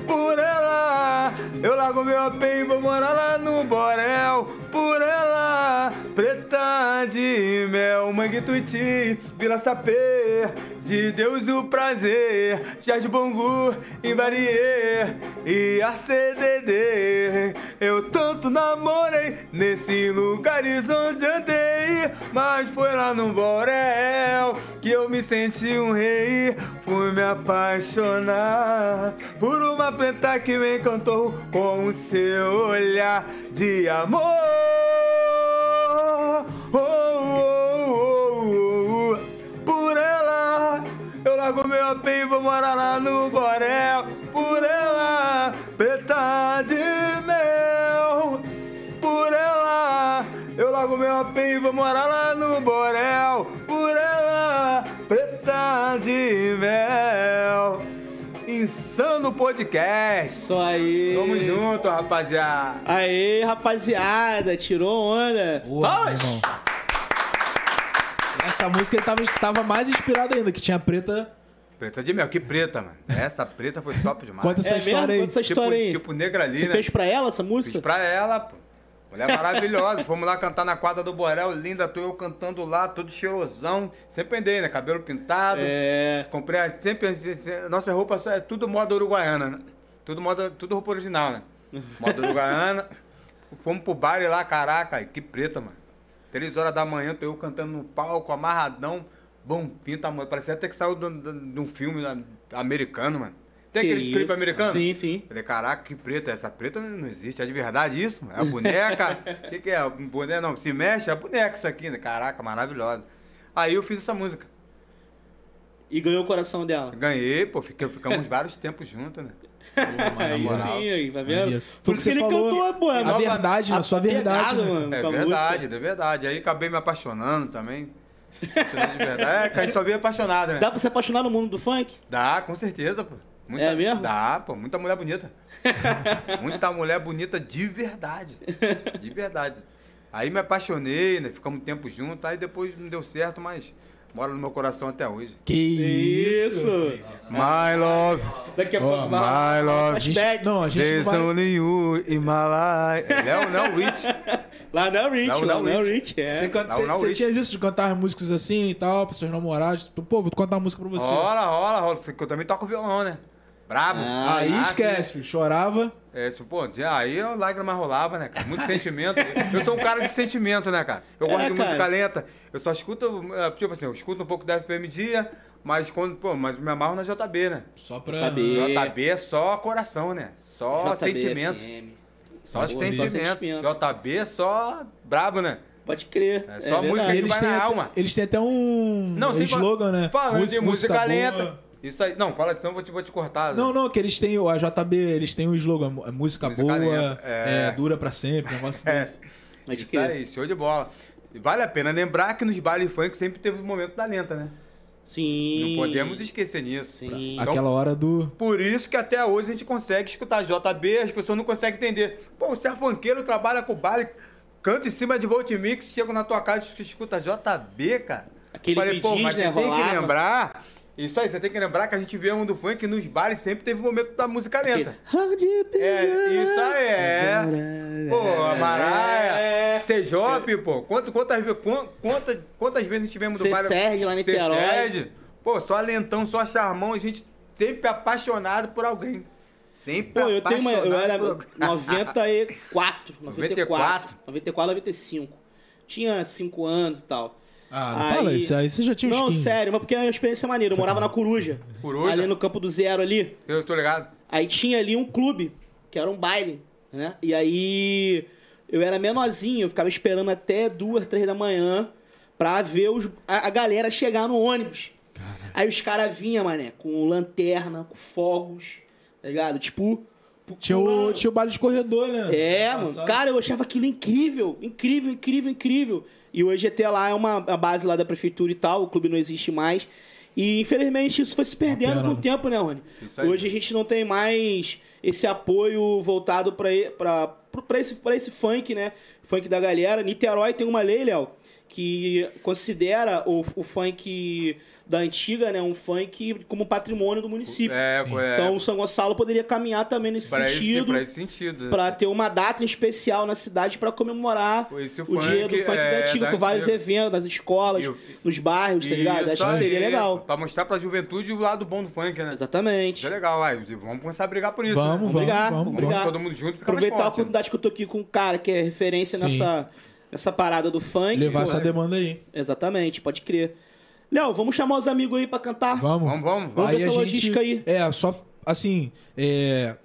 C: Por ela, eu largo meu AP e vou morar lá no Borel. Por ela, preta de mel. Mangue Tuiti, Vila Sapê, de Deus o prazer. Jardim Bangu, Imbariê e a CDD. Eu tanto namorei nesses lugares onde andei, mas foi lá no Borel que eu me senti um rei. Fui me apaixonar por uma preta que me encantou com o seu olhar de amor. Oh, oh, oh, oh. Por ela, eu largo meu AP e vou morar lá no Borel. Por ela, preta de mel. Por ela, eu largo meu AP e vou morar lá no Borel. Por ela, preta de mel. Insano Podcast.
B: Isso aí.
C: Tamo junto, rapaziada.
B: Aê, rapaziada, tirou onda.
A: Boa, meu irmão. Essa música ele tava, tava mais inspirada ainda, que tinha preta.
C: Preta de mel, que preta, mano. Essa preta foi top demais.
A: Conta
B: É
A: essa
B: mesmo?
A: história aí.
B: Conta essa história
C: tipo,
B: aí.
C: Tipo negra ali,
B: Você
C: né?
B: fez pra ela essa música?
C: Fiz pra ela, pô. Mulher maravilhosa. Fomos lá cantar na quadra do Borel, linda. Tô eu cantando lá, todo cheirosão. Sempre andei, né? Cabelo pintado.
B: É.
C: Comprei as- sempre. as- as- Nossa roupa só é tudo moda uruguaiana, né? Tudo, moda, tudo roupa original, né? Moda uruguaiana. Fomos pro bar e lá, caraca, que preta, mano. Três horas da manhã, tô eu cantando no palco, amarradão. Bom, pinta, mano. Parecia até que saiu de um de um filme né, americano, mano. Tem
B: Que
C: aquele clipe
B: isso?
C: americano?
B: Sim, sim.
C: Falei, caraca, que preta. é Essa preta não existe. É de verdade isso? mano? É a boneca? O que, que é? Um Boneca não. Se mexe, é a boneca isso aqui, né? Caraca, maravilhosa. Aí eu fiz essa música.
B: E ganhou o coração dela.
C: Ganhei, pô, fiquei- ficamos vários tempos juntos, né?
B: Aí
C: moral.
B: sim, aí, tá vendo?
A: Maneiro.
B: Foi que ele cantou, pô. é
A: A
B: mó-
A: verdade,
B: a-
A: a sua verdade.
B: pegado,
A: né?
B: mano.
C: É
B: com a
C: verdade,
B: música.
C: é verdade. Aí acabei me apaixonando também. Apaixonando de verdade. É, que a gente só veio apaixonado, né?
B: Dá pra se apaixonar no mundo do funk?
C: Dá, com certeza, pô. Muita-
B: É mesmo?
C: Dá, pô. Muita mulher bonita. muita mulher bonita de verdade. De verdade. Aí me apaixonei, né? Ficamos um tempo junto, aí depois não deu certo, mas mora no meu coração até hoje.
A: Que isso. É.
C: My love,
B: Daqui a pouco vai.
C: my
A: A
C: love.
A: gente,
B: Hashtag-
A: não, a gente não
C: There's
A: vai...
C: only you in my life. Léo, é Léo Rich.
B: Lá na Rich,
C: Lá
B: lá
C: na
B: na Rich, é.
A: Você, canta,
C: Não,
A: você-
C: não,
A: você
C: isso.
A: tinha isso de cantar músicas assim e tal, pra seus namorados. Tipo, Pô, vou cantar uma música pra você.
C: Rola, rola, rola. Porque eu também toco violão, né? Brabo.
B: Ah,
A: Aí
C: Ah, sim.
A: esquece, filho. Chorava.
C: É, isso, pô, de- aí a lágrima rolava, né, cara? Muito sentimento. Eu sou um cara de sentimento, né, cara? Eu gosto
B: É,
C: de
B: cara.
C: música lenta. Eu só escuto, eh, tipo assim, eu escuto um pouco da FPM Dia, mas quando, pô, mas me amarro na JB, né?
A: Só pra.
B: Saber. E-
C: JB é só coração, né? Só sentimento.
B: JBFM.
C: Só
B: Pô, só
C: sentimento.
B: sentimento.
C: JB é só brabo, né?
B: Pode crer.
C: É só
B: verdade.
C: música que
A: Eles
C: vai
A: têm,
C: na
A: até,
C: alma.
A: eles têm até um, um
C: sem fa-
A: slogan, né?
C: Falando de música,
A: boa.
C: lenta. Isso aí. Não, fala, senão eu vou te, vou te cortar. né?
A: Não, não, que eles têm, a JB, eles têm um slogan, música, boa,
C: lenta, é.
A: é, dura pra sempre, um negócio desse.
B: Pode
C: Isso
B: crer.
C: aí, show de bola. E Vale a pena lembrar que nos baile funk sempre teve o momento da lenta, né?
B: Sim.
C: Não podemos esquecer nisso.
B: Sim.
C: Então,
A: Aquela hora do...
C: Por isso que até hoje a gente consegue escutar JB, as pessoas não conseguem entender. Pô, você é funkeiro, trabalha com baile, canta em cima de Voltmix, chega na tua casa e escuta JB, cara.
B: Aquele Me Diz,
C: mas
B: né,
C: você tem que
B: rolava.
C: lembrar... Isso aí, você tem que lembrar que a gente vê um do funk nos bares sempre teve o momento da música lenta.
B: Hard
C: É, isso aí é. Pô, a
B: É.
C: Maraia, CJ, pô. Quantas, quantas, ve- quan- quantas, quantas vezes a gente vemos do
B: Cê
C: Mário...
B: Sérgio lá em
C: Cê
B: Niterói.
C: Sérgio. Pô, só lentão, só charmão. A gente sempre apaixonado por alguém. Sempre
B: Pô, eu tenho uma. Eu
C: apaixonado
B: era
C: por alguém.
B: 94, 94,
C: 94,
B: 94, 95. Tinha 5 anos e tal.
A: Ah, não fala isso, aí você já tinha uns
B: Não,
A: 15.
B: sério, mas porque é uma experiência maneira. Eu morava na Coruja.
C: Coruja?
B: Ali no Campo do Zero ali.
C: Eu tô ligado.
B: Aí tinha ali um clube, que era um baile, né? E aí eu era menorzinho, eu ficava esperando até duas, três da manhã pra ver os- a, a galera chegar no ônibus. Aí os caras vinham, mané, com lanterna, com fogos, tá ligado? Tipo. pu-
A: Tinha o,
B: pulando.
A: tinha o baile de corredor, né?
B: É,
C: Tá
B: mano.
A: Passado.
B: Cara, eu achava aquilo incrível. Incrível, incrível, incrível. E hoje até lá é uma a base lá da prefeitura e tal, o clube não existe mais. E infelizmente isso foi se perdendo
A: Pena,
B: com o
A: né?
B: tempo, né, Rony?
C: Isso aí.
B: Hoje a gente não tem mais esse apoio voltado pra, e- pra, pro- pra, esse, pra esse funk, né? Funk da galera. Niterói tem uma lei, Léo, que considera o, o funk da antiga, né? Um funk como patrimônio do município.
C: É, é.
B: Então o São Gonçalo poderia caminhar também nesse
C: pra esse,
B: sentido.
C: pra esse sentido.
B: Pra ter uma data especial na cidade pra comemorar
C: Pô, esse
B: o
C: funk,
B: dia do funk
C: é,
B: da antiga,
C: da
B: com vários
C: antiga.
B: eventos nas escolas,
C: E o-
B: nos bairros, tá ligado?
C: Isso
B: Acho que
C: aí,
B: seria legal.
C: Pra mostrar pra juventude o lado bom do funk, né?
B: Exatamente.
C: Isso é legal, aí. Vamos começar a brigar por isso.
A: Vamos,
C: né?
A: vamos,
B: brigar,
A: vamos, vamos.
B: vamos brigar.
C: todo mundo junto e fica
B: Aproveitar
C: mais
B: a
C: forte, né?
B: oportunidade que eu tô aqui com um cara que é referência
A: Sim.
B: nessa, nessa parada do funk.
A: Levar
B: Pô,
A: essa demanda aí.
B: Exatamente, pode crer. Léo, vamos chamar os amigos aí pra cantar?
A: Vamos.
C: Vamos, vamos.
B: Ah, Vamos
A: aí
B: ver
A: a
B: essa
A: gente,
B: logística aí.
A: É, só assim, é,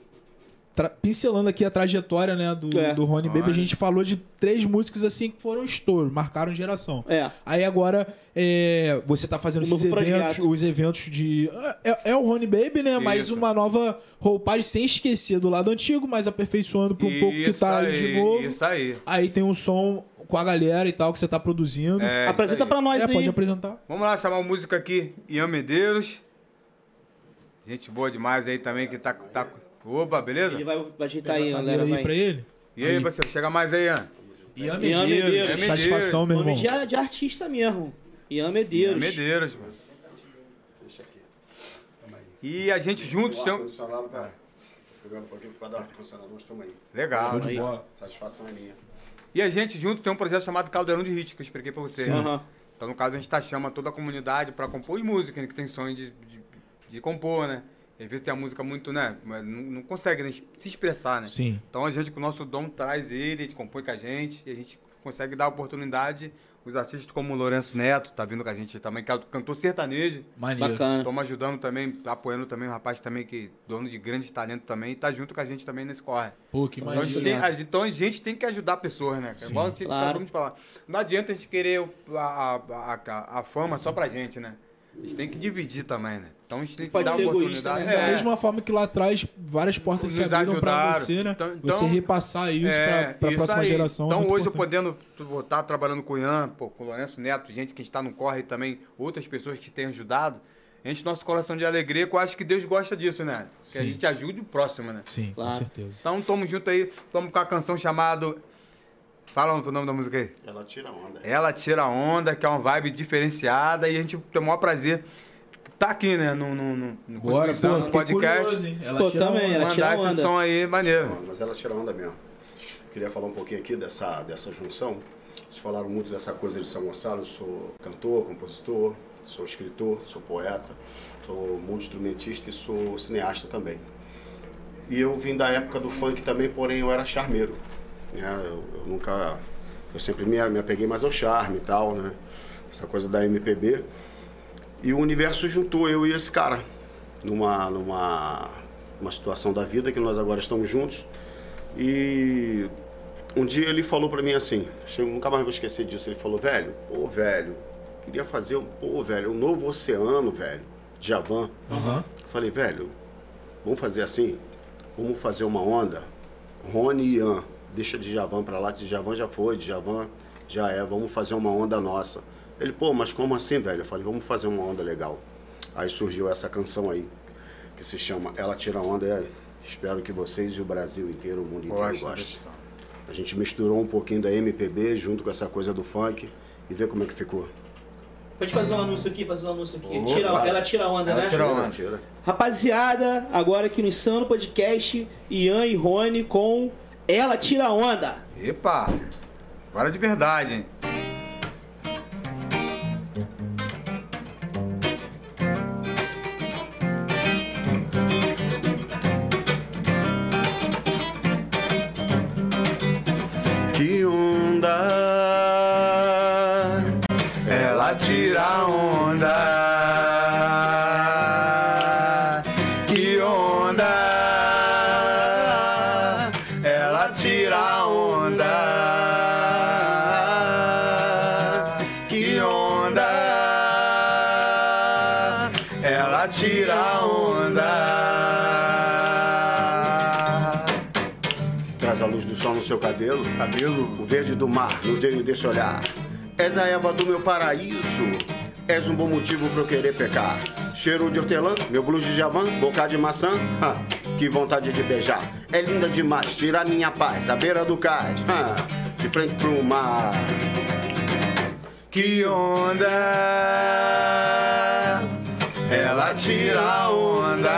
A: tra- pincelando aqui a trajetória né, do,
B: É.
A: do Rony Baby,
C: Olha.
A: a gente falou de três músicas assim que foram estouro, marcaram geração.
B: É.
A: Aí agora é, você tá fazendo
B: Um
A: esses
B: novo
A: eventos,
B: projeto.
A: os eventos de. É, é o Rony Baby, né? Mas
C: Isso.
A: uma nova roupagem sem esquecer do lado antigo, mas aperfeiçoando pra um pouco que
C: Isso
A: tá aí,
C: aí,
A: de novo.
C: Isso aí.
A: Aí tem um som com a galera e tal que você tá produzindo.
C: É,
B: Apresenta
C: isso aí.
B: pra nós
A: É,
B: aí.
A: pode apresentar.
C: Vamos lá chamar o músico aqui, Ian Medeiros. Gente boa demais aí também que tá. tá... Opa, beleza?
B: Ele vai, vai ajeitar aí, galera.
A: Cadeira aí
B: vai.
A: pra ele.
C: E aí, parceiro, chega mais aí, Ian.
A: Ian
B: Ian Medeiros.
A: Medeiros. Satisfação, É meu
B: Nome
A: irmão.
B: de, de artista mesmo. Ian Medeiros.
C: Ian É Medeiros, mano. E a gente juntos.
E: O
C: Tem...
E: ar-condicionado tá pegando um pouquinho por causa do ar-condicionado, mas estamos aí.
C: Legal.
A: de bola.
E: Satisfação é minha.
C: E a gente junto tem um projeto chamado Caldeirão de Hit, que eu expliquei pra vocês.
B: Sim. Aham.
C: Então, no caso, a gente tá chama toda a comunidade pra compor e música, né, que tem sonho de, de, de compor, né? Às vezes tem a música muito, né? mas Não, não consegue né, se expressar, né?
A: Sim.
C: Então a gente com o nosso dom traz ele, a gente compõe com a gente, e a gente consegue dar oportunidade. Os artistas como o Lourenço Neto, tá vindo com a gente também, que é o cantor sertanejo.
A: Maneiro.
B: Bacana.
C: Estamos ajudando também, apoiando também o rapaz também, que é dono de grandes talentos também, e tá junto com a gente também nesse corre.
A: Pô, que
C: Então a, gente
A: maneiro. né?
C: tem, a gente- então a gente tem que ajudar pessoas, né? cara? Igual a gente
B: Claro.
C: acabamos de falar. Não adianta a gente querer o- a, a, a- a- a fama só pra gente, né? A gente tem que dividir também, né? Então a gente tem que
B: Pode
C: dar
B: ser
C: oportunidade.
B: egoísta, né?
A: Da
C: É.
A: mesma forma que lá atrás várias portas se
C: Nos
A: abriram pra
C: ajudaram.
A: você, né?
C: Então-
A: você
C: então-
A: repassar isso pra, pra
C: isso
A: próxima
C: aí.
A: geração. é
C: Então
A: muito
C: hoje eu
A: importante.
C: podendo estar trabalhando com o Ian, pô, com o Lourenço Neto, gente que está no corre também, outras pessoas que têm ajudado, enche nosso coração de alegria, que eu acho que Deus gosta disso, né? Que a
A: Sim.
C: gente ajude o próximo, né?
A: Sim,
B: Claro.
A: com certeza.
C: Então tamo junto aí, tamo com a canção chamada... Fala o nome da música aí.
E: Ela tira onda.
C: Ela tira onda, que é uma vibe diferenciada e a gente tem o maior prazer tá aqui, né? No, no, no, no
A: Bora, pô,
C: no
A: fiquei curioso,
C: um podcast.
A: hein? Ela
B: Pô,
A: tira
B: também,
A: onda.
B: ela-
C: Mandar
B: tira
C: esse
B: onda.
C: som aí, maneiro.
E: Mas ela tira onda mesmo. Queria falar um pouquinho aqui dessa, dessa junção. Vocês falaram muito dessa coisa de São Gonçalo. Eu sou cantor, compositor, sou escritor, sou poeta, sou multi-instrumentista e sou cineasta também. E eu vim da época do funk também, porém eu era charmeiro. né? Eu, eu nunca. Eu sempre me, me apeguei mais ao charme e tal, né? Essa coisa da MPB. E o universo juntou eu e esse cara numa, numa uma situação da vida que nós agora estamos juntos. E um dia ele falou pra mim assim, acho que eu nunca mais vou esquecer disso. Ele falou, velho, pô, velho, queria fazer um, pô, velho, um novo oceano, velho, Javan.
A: Aham.
C: Ah,
E: Falei, velho, vamos fazer assim? Vamos fazer uma onda? Rony e Ian, deixa de Javan pra lá, que Javan já foi, Javan já é, vamos fazer uma onda nossa. Ele, pô, mas como assim, velho? Eu falei, vamos fazer uma onda legal. Aí surgiu essa canção aí, que se chama Ela Tira Onda. e Espero que vocês e o Brasil inteiro, o mundo inteiro
C: Gosta desse
E: gostem.
C: som.
E: A gente misturou um pouquinho da MPB junto com essa coisa do funk e vê como é que ficou.
B: Pode fazer um anúncio aqui, fazer um anúncio aqui.
C: Opa.
B: Tira, ela tira onda,
C: Ela
B: né?
C: tira onda.
E: Tira.
B: Rapaziada, agora aqui no Insano Podcast, Ian e Rony com Ela Tira Onda.
C: Epa! Agora de verdade, hein?
E: Que onda
C: Ela tira onda. Que onda. Ela tira onda. Que onda. Ela tira onda.
E: Traz a luz do sol no seu cabelo, cabelo, o verde do mar, no dedo desse olhar. És a erva do meu paraíso, és um bom motivo pra eu querer pecar. Cheiro de hortelã, meu blues de javan, boca de maçã, ah, que vontade de beijar. É linda demais, tira minha paz, à beira do cais, ah, de frente pro mar.
C: Que onda Ela tira onda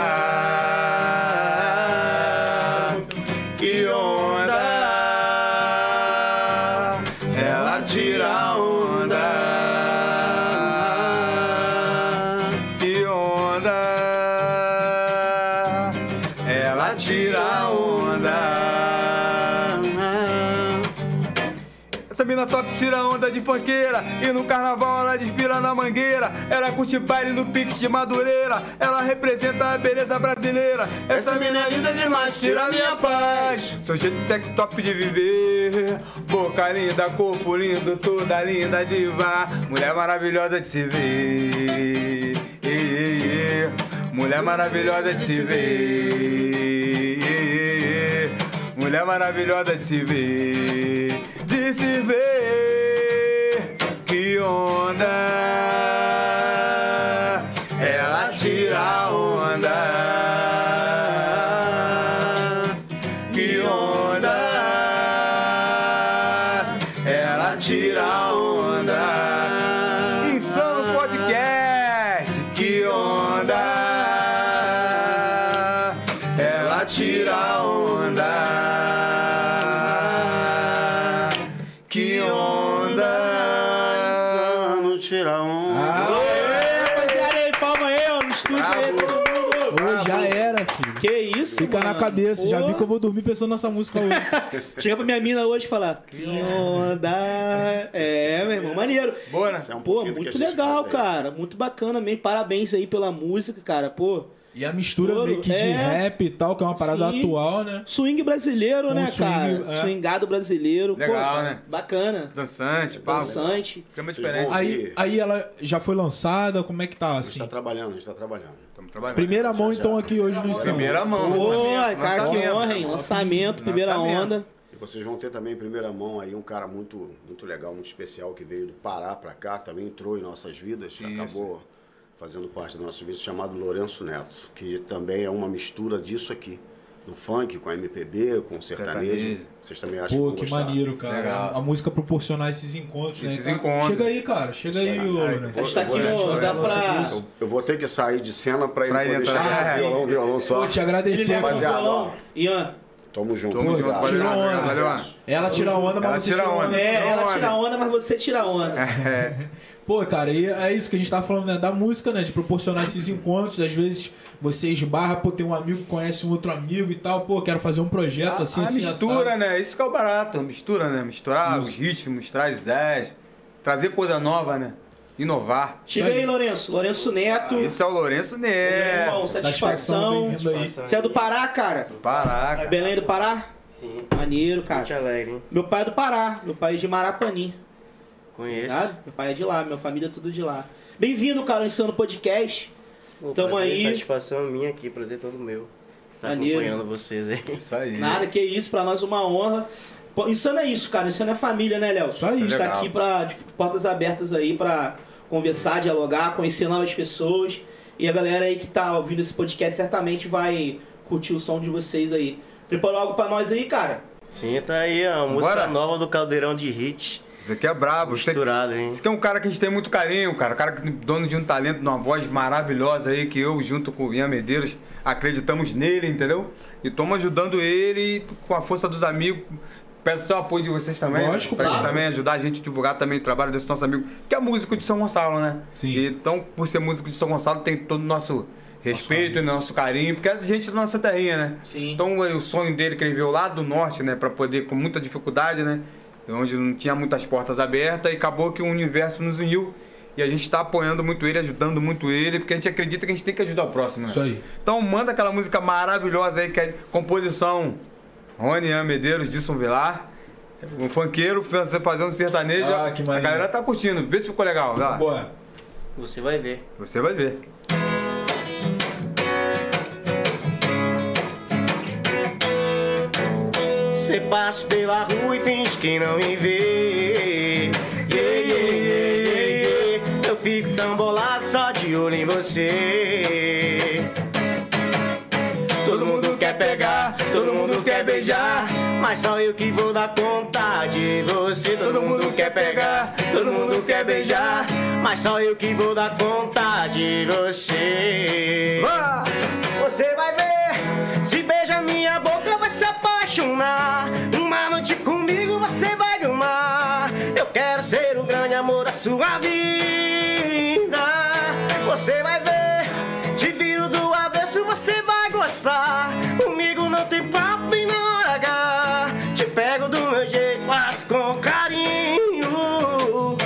C: Que onda Ela tira onda Que onda Ela tira onda essa mina top tira onda de panqueira E no carnaval ela desfila na mangueira Ela curte baile no pique de madureira Ela representa a beleza brasileira Essa mina é linda demais, tira minha paz Seu jeito sexy top de viver Boca linda, corpo lindo, toda linda diva Mulher maravilhosa de se ver Ei, ei, ei. Mulher maravilhosa de se ver Mulher maravilhosa de se ver, de se ver. Que onda, ela tira onda. Que onda, ela tira onda. Insano Podcast, que onda, ela tira onda. Que onda,
E: Insano, tira um.
B: Ah, Rapaziada, aí, palma aí, ó, no estúdio aí, todo mundo.
A: Pô, já era, filho.
B: Que isso,
A: Fica
B: mano.
A: na cabeça. Já
B: Pô.
A: vi que eu vou dormir pensando nessa música hoje.
B: Chegar pra minha mina hoje e falar, que onda. É, meu irmão, maneiro.
C: Boa, né?
E: Isso é um
B: Pô,
E: pouquinho do que
B: muito
E: a gente
B: legal,
E: faz aí.
B: cara. Muito bacana mesmo. Parabéns aí pela música, cara. Pô,
A: E a mistura
B: Couro,
A: meio que de
B: é.
A: rap e tal, que é uma parada
B: Sim.
A: atual, né?
B: Swing brasileiro,
A: Um
B: né,
A: swing,
B: cara?
A: é.
B: Swingado brasileiro. Pô,
C: Legal,
B: cara,
C: né?
B: Bacana.
C: Dançante, pá.
B: Dançante.
C: Tema diferente.
E: Vocês
A: Aí, aí ela já foi lançada, como é que tá,
E: A gente
A: assim?
E: tá trabalhando, a gente tá trabalhando.
C: Tamo trabalhando.
A: Primeira mão,
E: Já, já.
A: então, aqui hoje no São.
C: Primeira mão.
B: Pô, cara,
C: lançamento,
B: que
C: lançamento.
B: honra, hein? Lançamento, primeira
C: Lançamento.
B: onda.
E: E vocês vão ter também em primeira mão aí um cara muito, muito legal, muito especial que veio do Pará pra cá, também entrou em nossas vidas, acabou fazendo parte da nossa vida, chamado Lourenço Neto, que também é uma mistura disso aqui, do funk com a MPB, com o sertanejo.
C: Sertanejo.
E: Vocês também acham
A: Pô,
E: que,
A: que maneiro, cara.
C: Legal.
A: A música proporcionar esses encontros, né?
C: Esses
A: Então,
C: encontros.
A: Chega aí, cara. Chega aí, ô, né?
B: A gente tá aqui
E: Eu vou-
B: no. Dá
C: eu vou-
B: pra.
E: Eu vou ter que sair de cena pra ele
C: Pra
E: poder
C: ele entrar.
E: chegar
C: Ah,
E: assim,
C: sim.
E: violão, violão só.
A: Pô, te
B: Ele
A: agradecer,
B: pega o
A: cara.
E: rapaziada, ó.
B: violão. Ian.
E: Tamo junto.
C: Tamo junto,
E: obrigado.
C: valeu,
A: Tirou
C: valeu,
A: onda.
C: valeu, valeu.
A: Ela tira a onda, mas né?
C: Ela
A: você
C: tira a
A: a
C: onda.
B: É,
C: Não,
B: ela
C: olha. É.
B: tira onda, mas você tira onda.
A: Pô, cara, e é isso que a gente tava falando, né? Da música, né? De proporcionar esses encontros. Às vezes você esbarra, pô, tem um amigo que conhece um outro amigo e tal. Pô, quero fazer um projeto
C: A,
A: assim,
C: a
A: assim,
C: mistura,
A: assado.
C: né? Isso que é o barato. Mistura, né? Misturar os ritmos, traz ideias. Trazer coisa nova, né? Inovar.
B: Chega aí, Lourenço. Lourenço Neto.
C: Isso é o Lourenço
B: Meu irmão,
C: Neto.
A: Satisfação,
B: satisfação.
A: bem-vindo aí.
B: Você é do Pará, cara?
C: Paraca.
B: Belém do Pará?
F: Sim,
B: Maneiro,
F: Monte
B: cara.
F: Alegre, hein?
B: Meu pai é do Pará, meu pai é de Marapani,
F: Conheço.
B: tá? Meu pai é de lá, minha família é tudo de lá. Bem-vindo, cara, ao Insano Podcast.
F: O
B: Tamo
F: prazer
B: aí.
F: e Satisfação é minha aqui, prazer todo meu. Tá
B: Maneiro.
F: acompanhando vocês aí.
C: Isso aí.
B: Nada, que isso, pra nós uma honra. Pô, Insano é isso, cara. Insano é família, né, Léo?
A: Isso aí.
B: A gente tá
C: é Legal.
B: aqui pra, de portas abertas aí pra conversar, dialogar, conhecer novas pessoas. E a galera aí que tá ouvindo esse podcast certamente vai curtir o som de vocês aí. Preparou algo pra nós aí, cara?
F: Sim, tá aí a música
C: Bora.
F: nova do Caldeirão de Hit.
C: Isso aqui é brabo. Isso aqui-
F: Misturado, hein?
C: Esse aqui é um cara que a gente tem muito carinho, cara. O cara que dono de um talento, de uma voz maravilhosa aí, que eu, junto com o Ian Medeiros, acreditamos nele, entendeu? E estamos ajudando ele com a força dos amigos. Peço seu apoio de vocês também.
A: Lógico,
C: pra gente
A: claro.
C: também ajudar a gente a divulgar também o trabalho desse nosso amigo, que é músico de São Gonçalo, né?
A: Sim.
C: E, então, por ser músico de São Gonçalo, tem todo o nosso respeito, nosso carinho, porque é gente da nossa terrinha, né?
B: Sim.
C: Então, é o sonho dele que ele veio lá do norte, né, Pra poder com muita dificuldade, né, onde não tinha muitas portas abertas e acabou que o universo nos uniu. E a gente tá apoiando muito ele, ajudando muito ele, porque a gente acredita que a gente tem que ajudar o próximo, né?
A: Isso aí.
C: Então manda aquela música maravilhosa aí que é composição Rony Ian Medeiros, Disson Vilar. Um funkeiro fazendo sertanejo.
A: Ah, que
C: a
A: maneiro.
C: galera tá curtindo, vê se ficou legal. Vai lá.
A: Bora.
F: Você vai ver.
C: Você vai ver.
F: Você passa pela rua e finge que não me vê. Yeah, yeah, yeah, yeah, yeah. Eu fico tão bolado só de olho em você. Todo mundo quer pegar, todo mundo quer beijar,
C: É,
F: mas só eu que vou dar conta de você. Todo mundo quer pegar, todo mundo quer beijar, mas só eu que vou dar conta de você.
C: Vá!
F: Você vai ver, se beija minha boca vai se apaixonar. Uma noite comigo você vai amar. Eu quero ser o grande amor da sua vida. Você vai ver, te viro do avesso você vai gostar. Comigo não tem papo e na hora H. Te pego do meu jeito, mas com carinho.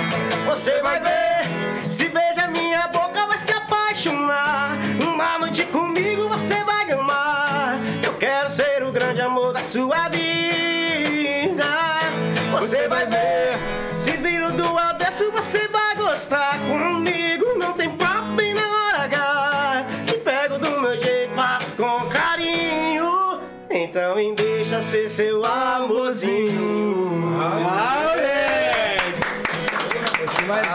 F: Você vai ver, se beija minha boca vai se apaixonar. Uma noite comigo você vai amar. Eu quero ser o grande amor da sua vida. Você vai ver, se viro do avesso você vai gostar. Comigo não tem papo e na hora H. Te pego do meu jeito, mas com carinho. Então me deixa ser seu amorzinho.
A: Você vai ver.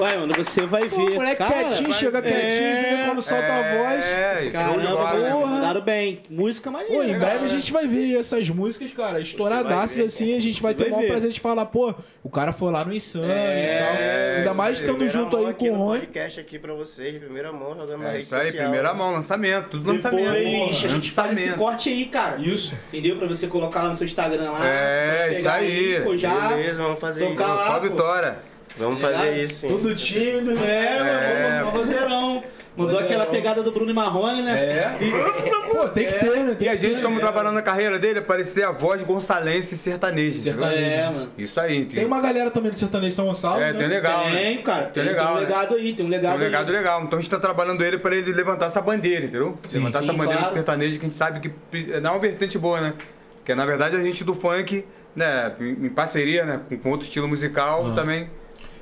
B: Ué, mano, você vai ver.
A: Pô, o moleque
B: Cara,
A: quietinho,
B: vai-
A: chega quietinho, você vê quando solta a voz.
C: É, show de
B: Caramba,
C: bola, né?
B: mano,
A: porra.
B: mandaram bem. Música
A: Pô,
B: maneira.
A: em
B: cara.
A: breve a gente vai ver essas músicas, cara, estouradaças assim, a gente vai ter o
B: vai
A: maior
B: ver.
A: prazer de falar, pô, o cara foi lá no Insano e
C: É, um
A: tal. Ainda mais
C: isso
A: estando
F: Primeira
A: junto
F: mão
A: aí
F: aqui
A: com o
F: no
A: Rony.
F: podcast aqui pra vocês, primeira mão, jogando na
C: É
F: rede
C: isso aí,
F: social.
C: primeira mão, lançamento, tudo lançamento.
B: Depois a gente faz esse
C: Lançamento.
B: corte aí, cara.
A: Isso.
B: Entendeu? Pra você colocar lá no seu Instagram lá.
C: É,
B: pode
C: isso
B: pegar
C: aí.
B: Pô, já.
F: Beleza, vamos fazer
B: Tocar
F: isso.
B: lá.
C: Só
B: pô.
C: vitória.
F: Vamos fazer
B: Tá?
F: isso, sim.
B: Tudo tímido, né?
C: É.
B: Novozeirão. Mandou aquela pegada do Bruno e Marrone, né?
C: É.
A: Pô, tem que ter, né? Tem
C: E a
A: que
C: gente,
A: ter.
B: É.
C: como trabalhando na carreira dele, aparecer a voz gonçalense e sertaneja. entendeu?
A: Sertaneja.
B: É, mano.
C: Isso aí. Que...
A: Tem uma galera também do sertanejo São Gonçalo.
C: É,
A: né?
C: tem legal. né?
B: Tem, cara.
C: Tem
B: Tem,
C: legal,
B: tem um
C: né?
B: legado aí, tem um legado
C: É um legado
B: aí.
C: legal. Então a gente tá trabalhando ele pra ele levantar essa bandeira, entendeu?
A: Sim,
C: levantar
A: sim,
C: essa bandeira
B: claro.
C: do sertanejo que a gente sabe que pre- dá uma vertente boa, né? Porque na verdade a gente do funk, né, em em parceria, né, com- com outro estilo musical também.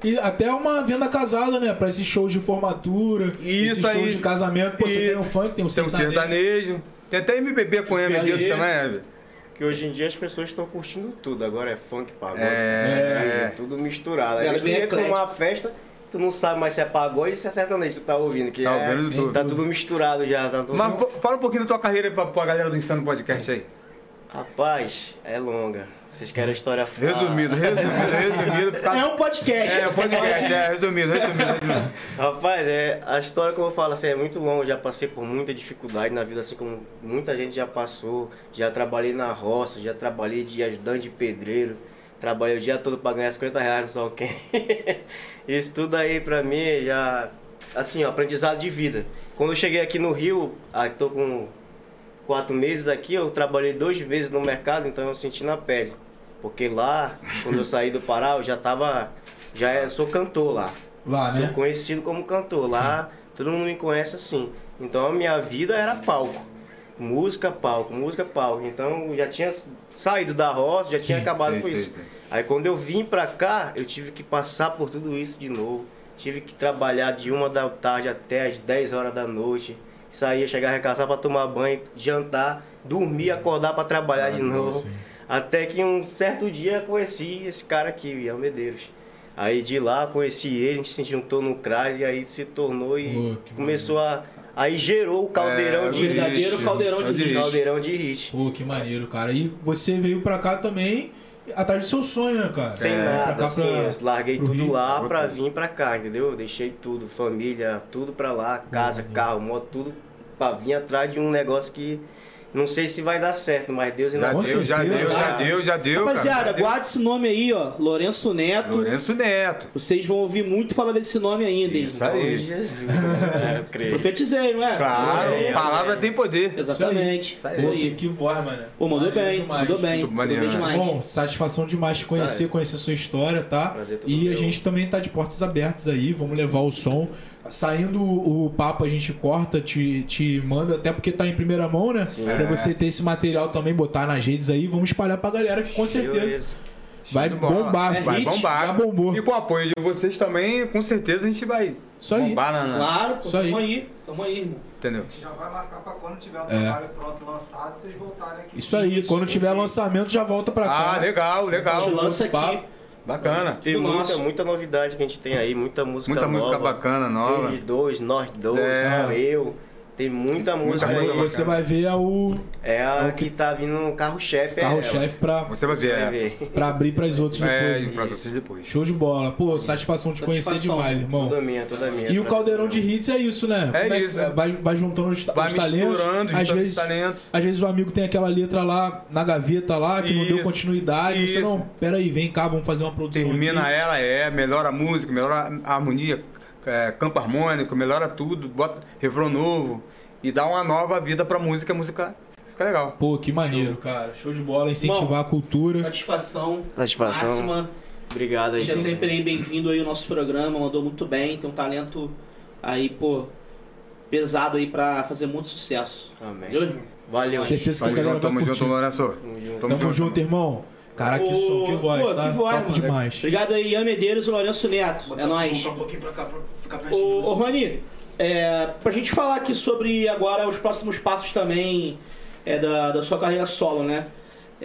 A: E até uma venda casada, né? Pra esses shows de formatura,
C: Isso
A: esses
C: aí.
A: shows de casamento. Pô,
C: E-
A: você tem o funk, tem o
C: Tem um
A: sertanejo.
C: sertanejo. Tem até MBB com M
B: MBB.
C: deles também, né?
F: Porque hoje em dia as pessoas estão curtindo tudo. Agora é funk, pagode,
C: É.
F: sertanejo, tudo misturado.
B: Ela
F: Aí
B: é
F: tu
B: bem
F: entra
B: eclética.
F: numa festa, tu não sabe mais se é pagode ou se é sertanejo. Tu tá ouvindo que
C: Tá
F: é-
C: ouvindo tudo.
F: Tá tudo misturado já. Tá tudo...
C: Mas pô, fala um pouquinho da tua carreira pra, pra galera do Insano Podcast aí.
F: Rapaz, é longa. Vocês querem a história fácil.
C: Resumido, resumido, resumido. por causa-
B: É um podcast.
C: É,
B: você pode-
C: podcast, é, resumido, resumido, resumido.
F: Rapaz, é, a história que eu falo assim, é muito longa, já passei por muita dificuldade na vida, assim como muita gente já passou, já trabalhei na roça, já trabalhei de ajudante de pedreiro, trabalhei o dia todo pra ganhar 50 reais no sol quente. Isso tudo aí pra mim já, assim, ó, aprendizado de vida. Quando eu cheguei aqui no Rio, ah, tô com quatro meses aqui, eu trabalhei dois meses no mercado, então eu senti na pele. Porque lá, quando eu saí do Pará, eu já tava, já é- sou cantor lá.
A: Lá,
F: Sou
A: né?
F: conhecido como cantor. Lá todo mundo me conhece assim. Então a minha vida era palco. Música, palco, música, palco. Então eu já tinha saído da roça, já tinha acabado
C: sei,
F: com
C: sei,
F: isso.
C: sei.
F: Aí quando eu vim pra cá, eu tive que passar por tudo isso de novo. Tive que trabalhar de uma da tarde até as 10 horas da noite. Saía, chegava a casa pra tomar banho, jantar, dormir, acordar pra trabalhar de novo. Até que um certo dia eu conheci esse cara aqui, o Ian Medeiros. Aí de lá conheci ele, a gente se juntou no CRAS e aí se tornou e
A: Pô, que
F: começou a. Aí gerou o caldeirão
C: É,
F: de
C: o
F: hit.
B: verdadeiro caldeirão de
F: O
C: hit.
F: Caldeirão de hit.
A: Pô, que maneiro, cara. E você veio pra cá também atrás do seu sonho, né, cara?
F: Sem
A: É,
F: nada,
A: pra cá,
F: assim,
A: pra-
F: eu larguei
A: pro
F: tudo
A: Rio.
F: lá pra vir pra cá, entendeu? Eu Deixei tudo, família, tudo pra lá, casa, carro, moto, tudo pra vir atrás de um negócio que não sei se vai dar certo, mas Deus ainda
C: Já
A: Com
C: deu, já
A: certeza,
C: deu, já
A: cara.
C: deu, já deu.
B: Rapaziada,
C: cara, já
B: guarda esse nome aí, ó. Lourenço Neto.
C: deu. Lourenço Neto.
B: Vocês vão ouvir muito falar desse nome ainda, hein?
C: Isso aí.
F: Jesus, é, eu creio.
B: Profetizei, não é?
C: Claro,
F: É,
C: palavra tem poder.
B: Exatamente. Isso aí.
A: Pô, que, que voz, mano.
B: Pô, mandou bem, mandou bem.
C: Muito maneiro,
B: mandou
C: né?
B: demais.
A: Bom, satisfação demais te conhecer, conhecer a sua história, tá?
F: Prazer todo
A: e a
F: meu.
A: gente também tá de portas abertas aí, vamos levar o som. Saindo o o papo, a gente corta, te, te manda, até porque tá em primeira mão, né? Pra você ter esse material também, botar nas redes aí, vamos espalhar pra galera que com certeza
F: Beleza.
A: vai
C: Show de bola.
A: bombar.
B: É
C: Vai
B: hit,
C: bombar.
A: já bombou.
C: E com o apoio de vocês também, com certeza a gente vai
A: Isso aí.
C: bombar na, na-
B: Ah, claro, pô.
A: Isso aí.
B: Tamo aí. Tamo aí, irmão.
C: Entendeu?
D: Já vai marcar pra quando tiver o trabalho pronto lançado, vocês voltarem aqui.
A: Isso aí, quando tiver lançamento já volta pra cá.
C: Ah, legal, legal.
B: Te lança aqui.
C: Bacana.
F: Tem
B: Do
F: muita,
B: nosso.
F: muita novidade que a gente tem aí, muita música
C: Muita
F: nova.
C: música bacana, nova.
F: Eles dois, nós dois,
C: É.
F: sou eu. Tem muita música
A: Aí
F: aí.
C: coisa
A: você vai ver a- o
F: É a que tá vindo no carro-chefe. é ela.
A: carro-chefe pra,
C: Você vai
F: Vai
C: ver.
F: ver. é.
A: pra abrir pras outras
C: É,
A: depois. né?
C: é pra vocês depois.
A: Show de bola. Pô, satisfação te conhecer
B: Satisfação.
A: demais, irmão.
F: Toda minha, toda minha.
A: E o caldeirão de hits é isso, né?
C: É
A: Como que
C: isso.
A: Vai, vai juntando os, ta-
C: Vai
A: os talentos.
C: misturando,
A: às
C: juntando os
A: vezes,
C: talentos.
A: Às vezes o amigo tem aquela letra lá na gaveta lá que não deu
C: Isso.
A: continuidade. Você
C: Isso.
A: não, pera aí, vem cá, vamos fazer uma produção.
C: Termina
A: aqui.
C: ela, é, melhora a música, melhora a harmonia, é, campo harmônico, melhora tudo, bota refrão novo e dá uma nova vida pra música, a música fica legal.
A: Pô, que maneiro, cara. Show de bola, incentivar
B: Bom,
A: a cultura.
B: Satisfação.
F: Satisfação.
B: Máxima.
F: Obrigado aí.
B: Seja sempre aí bem-vindo aí ao nosso programa, mandou muito bem, tem um talento aí, pô, pesado aí pra fazer muito sucesso.
F: Amém.
B: Entendeu, irmão?
F: Valeu.
A: Certeza que a
C: Tamo
A: galera
C: junto,
A: vai
C: tamo junto,
A: curtir.
C: Lourenço.
A: Tamo junto, irmão. Caraca, que som, que
B: Ô,
A: voz,
B: pô,
A: tá?
B: que voz,
A: Top
B: mano.
A: demais.
B: Obrigado aí, Ian Medeiros e Lourenço Neto. É nóis.
G: um pouquinho pra cá pra ficar assim. perto
B: Ô, ô Rony, é, pra gente falar aqui sobre agora os próximos passos também é, da, da sua carreira solo, né?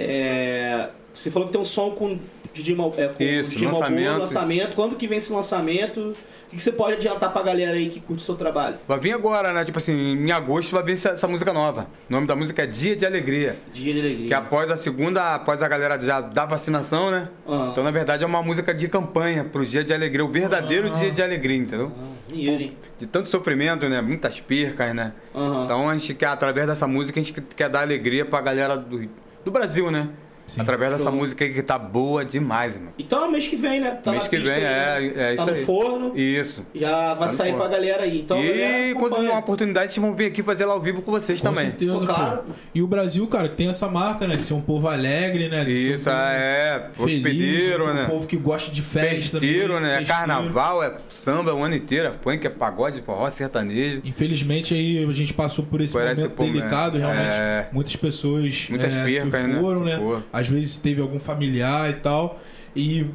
B: É, você falou que tem um som com DJ Mal, é, com
C: Isso,
B: DJ Malboro,
C: lançamento.
B: lançamento. Quando que vem esse lançamento? O que, que você pode adiantar pra galera aí que curte o seu trabalho?
C: Vai vir agora, né? Tipo assim, em agosto vai vir essa, essa música nova. O nome da música é Dia de Alegria.
B: Dia de alegria.
C: Que é após a segunda, após a galera já dar vacinação, né?
B: Ah.
C: Então, na verdade, é uma música de campanha pro Dia de Alegria, o verdadeiro
A: Ah.
C: Dia de Alegria, entendeu?
B: E ele, hein?
C: De tanto sofrimento, né? Muitas percas, né?
B: Aham.
C: Então a gente quer, através dessa música, a gente quer dar alegria pra galera do, do Brasil, né? através dessa música aí que tá boa demais, irmão.
B: Então é mês que vem, né? Tá
C: Mês
B: na
C: que
B: pista
C: vem,
B: aí,
C: é,
B: né?
C: é isso
B: tá no
C: aí.
B: forno.
C: Isso.
B: Já vai
C: Tá no
B: sair
C: forno.
B: pra galera aí. Então,
C: e
B: galera,
C: quando tiver uma
B: acompanha.
C: oportunidade, vão vir aqui fazer lá ao vivo com vocês
A: Com
C: também.
A: certeza,
B: Pô, claro.
A: pô. E o Brasil, cara, que tem essa marca, né? De ser um povo alegre, né? De ser um
C: Isso,
A: povo
C: é.
A: feliz,
C: Hospedeiro,
A: um
C: né?
A: povo que gosta de festa.
C: Festeiro,
A: também,
C: né? É
A: festeiro.
C: carnaval, é samba o ano inteiro, é funk, é pagode, forró, sertanejo.
A: Infelizmente aí a gente passou por esse
C: Por esse
A: momento
C: momento,
A: delicado, realmente.
C: um né? é.
A: Muitas pessoas
C: Muitas
A: é,
C: percas,
A: se
C: né?
A: foram,
C: Se
A: né?
C: for.
A: Às vezes teve algum familiar e tal. E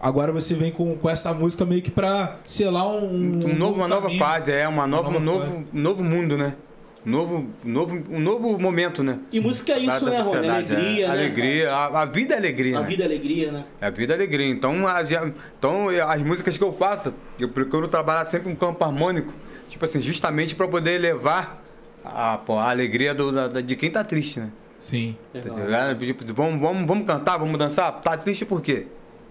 A: agora você vem com, com essa música meio que pra selar um,
C: Um novo, uma nova
A: caminho.
C: fase, é, uma nova,
A: nova
C: um novo, novo mundo, né? Um Novo, novo, um novo momento, né?
B: E música é isso,
C: Da- da
B: né, Rony?
C: sociedade,
B: Alegria,
C: é.
B: né?
C: Alegria, a, a vida é alegria.
B: A
C: né?
B: vida é alegria, né?
C: É a vida é alegria. Então, as, então, as músicas que eu faço, eu procuro trabalhar sempre um campo harmônico. Tipo assim, justamente para poder levar a, pô, a alegria do- da- da- de quem tá triste, né?
A: Sim.
C: Tá ligado? Tipo, vamos, vamos, vamos cantar, vamos dançar? Tá triste por quê?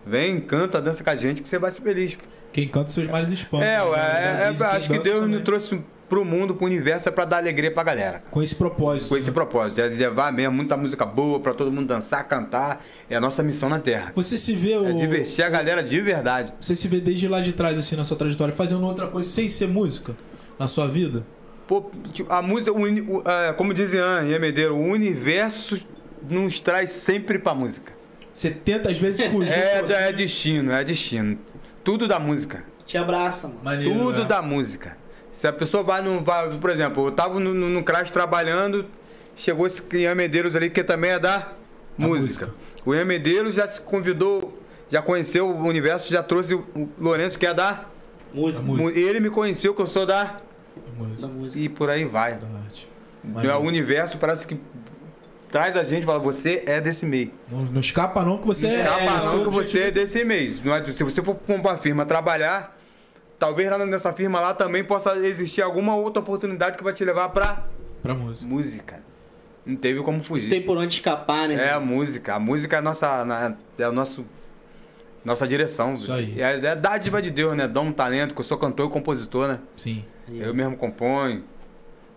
C: Vem, canta, dança com a gente que você vai ser feliz.
A: Quem canta seus males espanta.
C: É,
A: né?
C: ué,
A: Na
C: é, é,
A: verdade, isso
C: acho que
A: dança
C: Deus
A: também.
C: me trouxe pro mundo, pro universo, é pra dar alegria pra galera.
A: Com esse propósito. né?
C: Com esse propósito, é levar mesmo muita música boa pra todo mundo dançar, cantar. É a nossa missão na Terra.
A: Você se vê
C: É
A: o...
C: divertir a galera de verdade.
A: Você se vê desde lá de trás, assim, na sua trajetória, fazendo outra coisa sem ser música na sua vida?
C: Pô, tipo, a música, o uni- o- é, como dizem Ian e Medeiro, o universo nos traz sempre pra música.
A: 70 vezes um fugiu.
C: É,
A: pô.
C: é destino, é destino. Tudo da música.
B: Te abraça, mano.
A: Maneiro,
C: Tudo
A: né?
C: da música. Se a pessoa vai no. vai- por exemplo, eu tava no, no, no Crash trabalhando, chegou esse Ian Medeiros ali, que também é da, música.
A: música.
C: O Ian Medeiros já se convidou, já conheceu o universo, já trouxe o- o Lourenço, que é da. Tá
B: Música.
A: Música.
C: Ele me conheceu, que eu sou da.
B: Da
A: Música.
B: música.
C: E por aí vai.
A: da arte.
C: É, O universo parece que traz a gente, fala, você é desse meio.
A: Não, não escapa não que você
C: Não
A: é.
C: escapa
A: é,
C: não que
A: objetivo-
C: você é desse mês. Não é- Se você for pra uma firma trabalhar, talvez lá nessa firma lá também possa existir alguma outra oportunidade que vai te levar pra
A: Pra música.
C: música. Não teve como fugir.
B: Tem por onde escapar, né?
C: É a música. A música é a nossa. na- É o nosso. Nossa direção.
A: Isso aí.
C: É, é dádiva de Deus, né? Dá um talento, que eu sou cantor e compositor, né?
A: Sim.
C: Eu mesmo componho.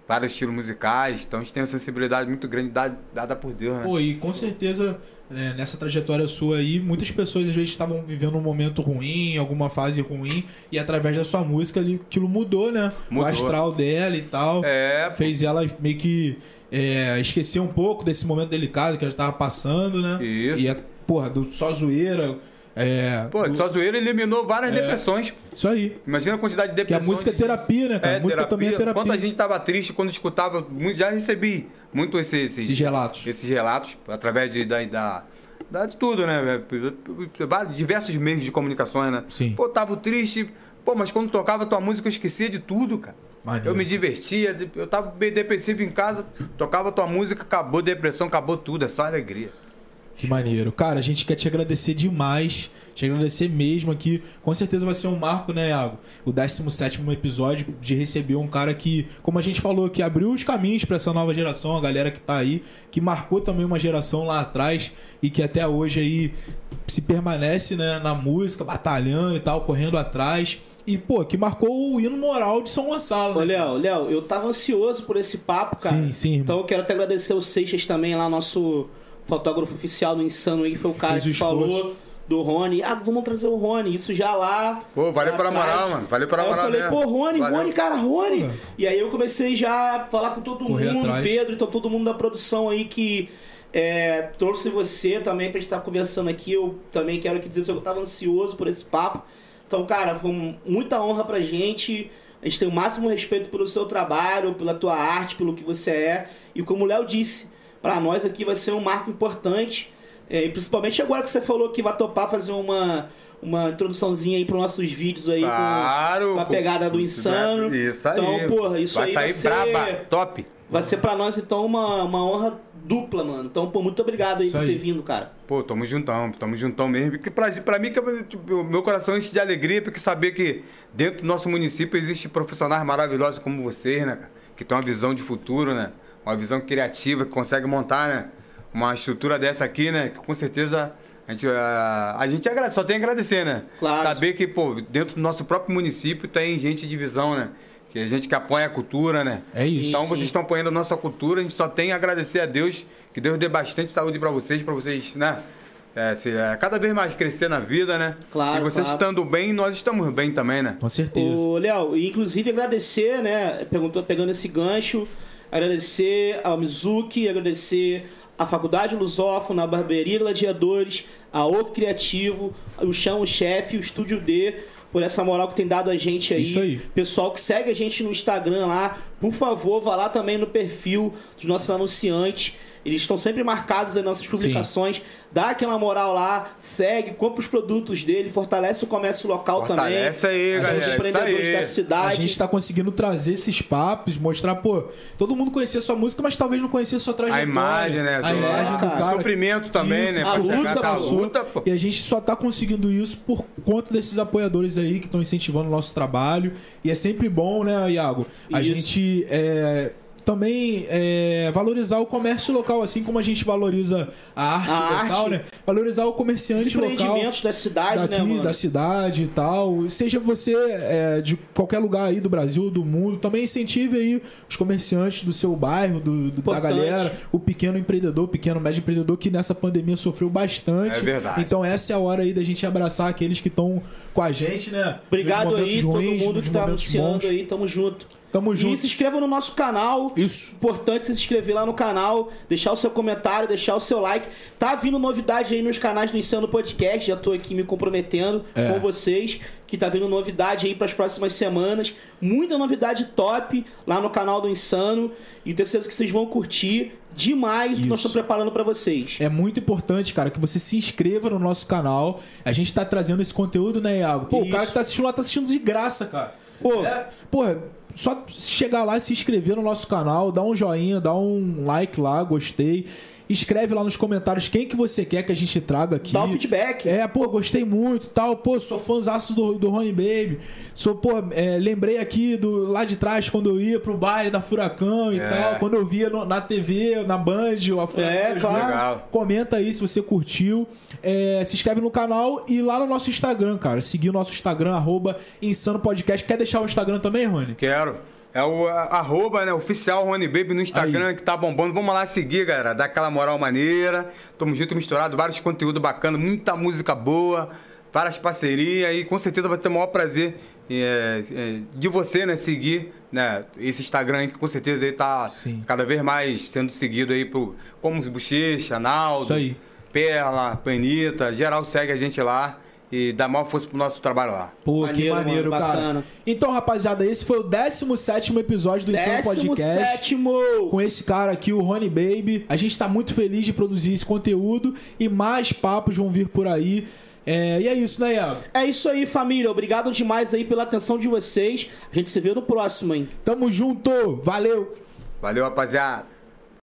C: Vários estilos musicais, então a gente tem uma sensibilidade muito grande dada, dada por Deus, né?
A: Pô, e com certeza, é, nessa trajetória sua aí, muitas pessoas às vezes estavam vivendo um momento ruim, alguma fase ruim, e através da sua música ali, aquilo mudou, né?
C: Mudou.
A: O astral dela e tal.
C: É, pô.
A: Fez ela meio que é, esquecer um pouco desse momento delicado que ela estava passando, né?
C: Isso.
A: E, é, porra, do, só zoeira. É,
C: Pô,
A: do-
C: só zoeira eliminou
A: É.
C: várias depressões.
A: Isso aí.
C: Imagina a quantidade de
A: Que a
C: depressões.
A: música é terapia, né, cara?
C: É,
A: a música também é terapia.
C: Quanta gente tava triste quando escutava. muito- Já recebi muito esse- esses,
A: Esses relatos.
C: esses relatos através de, da, da, da- de tudo, né? Vários- Diversos meios de comunicações, né?
A: Sim.
C: Pô, tava triste. Pô, mas quando tocava tua música eu esquecia de tudo, cara.
A: Maneiro.
C: Eu me divertia, de- eu tava bem depressivo em casa, tocava tua música, acabou a depressão, acabou tudo, é só alegria.
A: Que maneiro. Cara, a gente quer te agradecer demais. Te agradecer mesmo aqui. Com certeza vai ser um marco, né, Iago? O 17 episódio de receber um cara que, como a gente falou, que abriu os caminhos pra essa nova geração, a galera que tá aí, que marcou também uma geração lá atrás e que até hoje aí se permanece, né, na música, batalhando e tal, correndo atrás. E, pô, que marcou o hino moral de São Gonçalo.
B: Ô,
A: né?
B: Léo, Léo, eu tava ansioso por esse papo, cara.
A: Sim, sim, irmão.
B: Então eu quero até agradecer o Seixas também, lá, nosso fotógrafo oficial do Insano aí, que foi o cara
A: Fez o
B: que
A: esforço.
B: falou do Rony. Ah, vamos trazer o Rony, isso já lá.
C: Pô, valeu
B: lá
C: pela
B: atrás.
C: moral, mano. Valeu pela
B: aí
C: moral
B: Eu falei,
C: mesmo.
B: pô, Rony,
C: Valeu.
B: Rony, cara, Rony.
A: Pô.
B: E aí eu comecei já a falar com todo
A: Correr
B: mundo,
A: atrás.
B: Pedro, então todo mundo da produção aí que. é, trouxe você também pra gente estar conversando aqui. Eu também quero aqui dizer que eu tava ansioso por esse papo. Então, cara, foi um- muita honra pra gente. A gente tem o máximo respeito pelo seu trabalho, pela tua arte, pelo que você é. E como o Léo disse, pra nós aqui vai ser um marco importante. É, e principalmente agora que você falou que vai topar fazer uma, uma introduçãozinha aí pros nossos vídeos aí. com-
A: Tá.
C: Claro.
B: com a pegada do Insano.
C: Isso aí.
B: Então, porra, isso
C: vai
B: aí
C: sair
B: vai ser-
C: braba, top.
B: Vai ser pra nós, então, uma, uma honra dupla, mano. Então, pô, muito obrigado aí
A: Isso
B: por
A: aí.
B: ter vindo, cara.
C: Pô, tamo juntão, tamo juntão mesmo. Que pra, pra mim, que eu- tipo, o meu coração enche de alegria, porque saber que dentro do nosso município existe profissionais maravilhosos como vocês, né, cara? Que tem uma visão de futuro, né? Uma visão criativa, que consegue montar, né? Uma estrutura dessa aqui, né? Que com certeza a gente, a, a gente agra- só tem a agradecer, né?
B: Claro.
C: Saber que, pô, dentro do nosso próprio município tem gente de visão, né? Que a gente que apoia a cultura, né?
A: É isso.
C: Então
A: Sim,
C: vocês estão apoiando a nossa cultura, a gente só tem a agradecer a Deus, que Deus dê bastante saúde pra vocês, pra vocês, né? É, se- é, cada vez mais crescer na vida, né?
B: Claro,
C: E vocês
B: claro.
C: estando bem, nós estamos bem também, né?
A: Com certeza.
B: Ô, Léo, e inclusive agradecer, né? Perguntou, pegando esse gancho, agradecer ao Mizuki, agradecer à Faculdade Lusófona, à Barbearia Gladiadores, a O Criativo, o Chão, o Chefe, o Estúdio D, por essa moral que tem dado a gente aí.
A: Isso aí.
B: Pessoal que segue a gente no Instagram lá, por favor, vá lá também no perfil dos nossos anunciantes. Eles estão sempre marcados em nossas publicações. Dá aquela moral lá, segue, compra os produtos dele, fortalece o comércio local também.
C: Fortalece aí,
B: São os
C: galera, é
B: empreendedores
C: isso aí.
B: da
A: A
B: cidade.
A: gente tá conseguindo trazer esses papos, mostrar, pô, todo mundo conhecia sua música, mas talvez não conhecia sua trajetória.
C: A imagem, né?
A: A
C: Do-
A: imagem do
B: cara.
A: cara.
C: Sofrimento também,
A: Isso,
C: né?
A: A
C: Pra chegar
A: luta,
C: até a
A: passou,
C: luta, pô.
A: E a gente só tá conseguindo isso por conta desses apoiadores aí que estão incentivando o nosso trabalho. E é sempre bom, né, Iago? A
B: Isso.
A: gente é, também é, valorizar o comércio local, assim como a gente valoriza a arte
B: A
A: local,
B: arte.
A: né? Valorizar o
B: os
A: comerciante local
B: empreendimentos da cidade,
A: daqui,
B: né, mano?
A: da cidade e tal. Seja você é, de qualquer lugar aí do Brasil, do mundo, também incentive aí os comerciantes do seu bairro, do, do- da
B: Importante.
A: galera, o pequeno empreendedor, o pequeno médio empreendedor que nessa pandemia sofreu bastante.
C: É verdade.
A: Então essa é a hora aí da gente abraçar aqueles que estão com a gente, né?
B: Obrigado
A: Nos momentos
B: aí,
A: ruins,
B: todo mundo
A: nos
B: que tá
A: momentos
B: anunciando
A: bons.
B: aí, tamo junto.
A: Tamo
B: E
A: junto.
B: se inscreva no nosso canal.
A: Isso.
B: Importante se inscrever lá no canal, deixar o seu comentário, deixar o seu like. Tá vindo novidade aí nos canais do Insano Podcast, já tô aqui me comprometendo
A: É.
B: com vocês, que tá vindo novidade aí pras próximas semanas. Muita novidade top lá no canal do Insano. E tenho certeza que vocês vão curtir demais o que nós
A: Isso.
B: estamos preparando pra vocês.
A: É muito importante, cara, que você se inscreva no nosso canal. A gente tá trazendo esse conteúdo, né, Iago? Pô, o cara
B: Isso.
A: que tá assistindo lá tá assistindo de graça, cara.
B: Pô,
A: É, porra, só chegar lá e se inscrever no nosso canal, dá um joinha, dá um like lá, gostei. Escreve lá nos comentários quem que você quer que a gente traga aqui.
B: dá o feedback.
A: É, pô, gostei muito tal. Pô, sou fãzaço do, do Rony Baby. Sou, pô, é, lembrei aqui do lá de trás quando eu ia pro baile da Furacão e tal. Quando eu via no- na TV, na Band, ou a Furacão.
B: É,
A: eu
B: claro.
C: Legal.
A: Comenta aí se você curtiu. É, se inscreve no canal e lá no nosso Instagram, cara. Seguir o nosso Instagram, arroba Insano Podcast. Quer deixar o Instagram também, Rony?
C: Quero. É o a- arroba, né? Oficial Rony Baby no Instagram
A: Aí.
C: que tá bombando. Vamos lá seguir, galera. Dá aquela moral maneira. Tamo junto e misturado. Vários conteúdos bacanas, muita música boa, várias parcerias. E com certeza vai ter o maior prazer é, é, de você, né? Seguir né, esse Instagram aí que com certeza aí tá
A: Sim.
C: cada vez mais sendo seguido aí por como os Bochecha, Naldo,
A: Isso aí.
C: Perla, Panita. Geral segue a gente lá e dá maior força pro nosso trabalho lá.
A: Pô, que
B: Maneiro,
A: maneiro,
B: mano,
A: cara.
B: bacana.
A: Então, rapaziada, esse foi o 17 episódio do Insano Podcast.
B: 17
A: com esse cara aqui, o Rony Baby. A gente tá muito feliz de produzir esse conteúdo e mais papos vão vir por aí. É, e é isso, né, Iago?
B: É isso aí, família. Obrigado demais aí pela atenção de vocês. A gente se vê no próximo, hein?
A: Tamo junto! Valeu!
C: Valeu, rapaziada.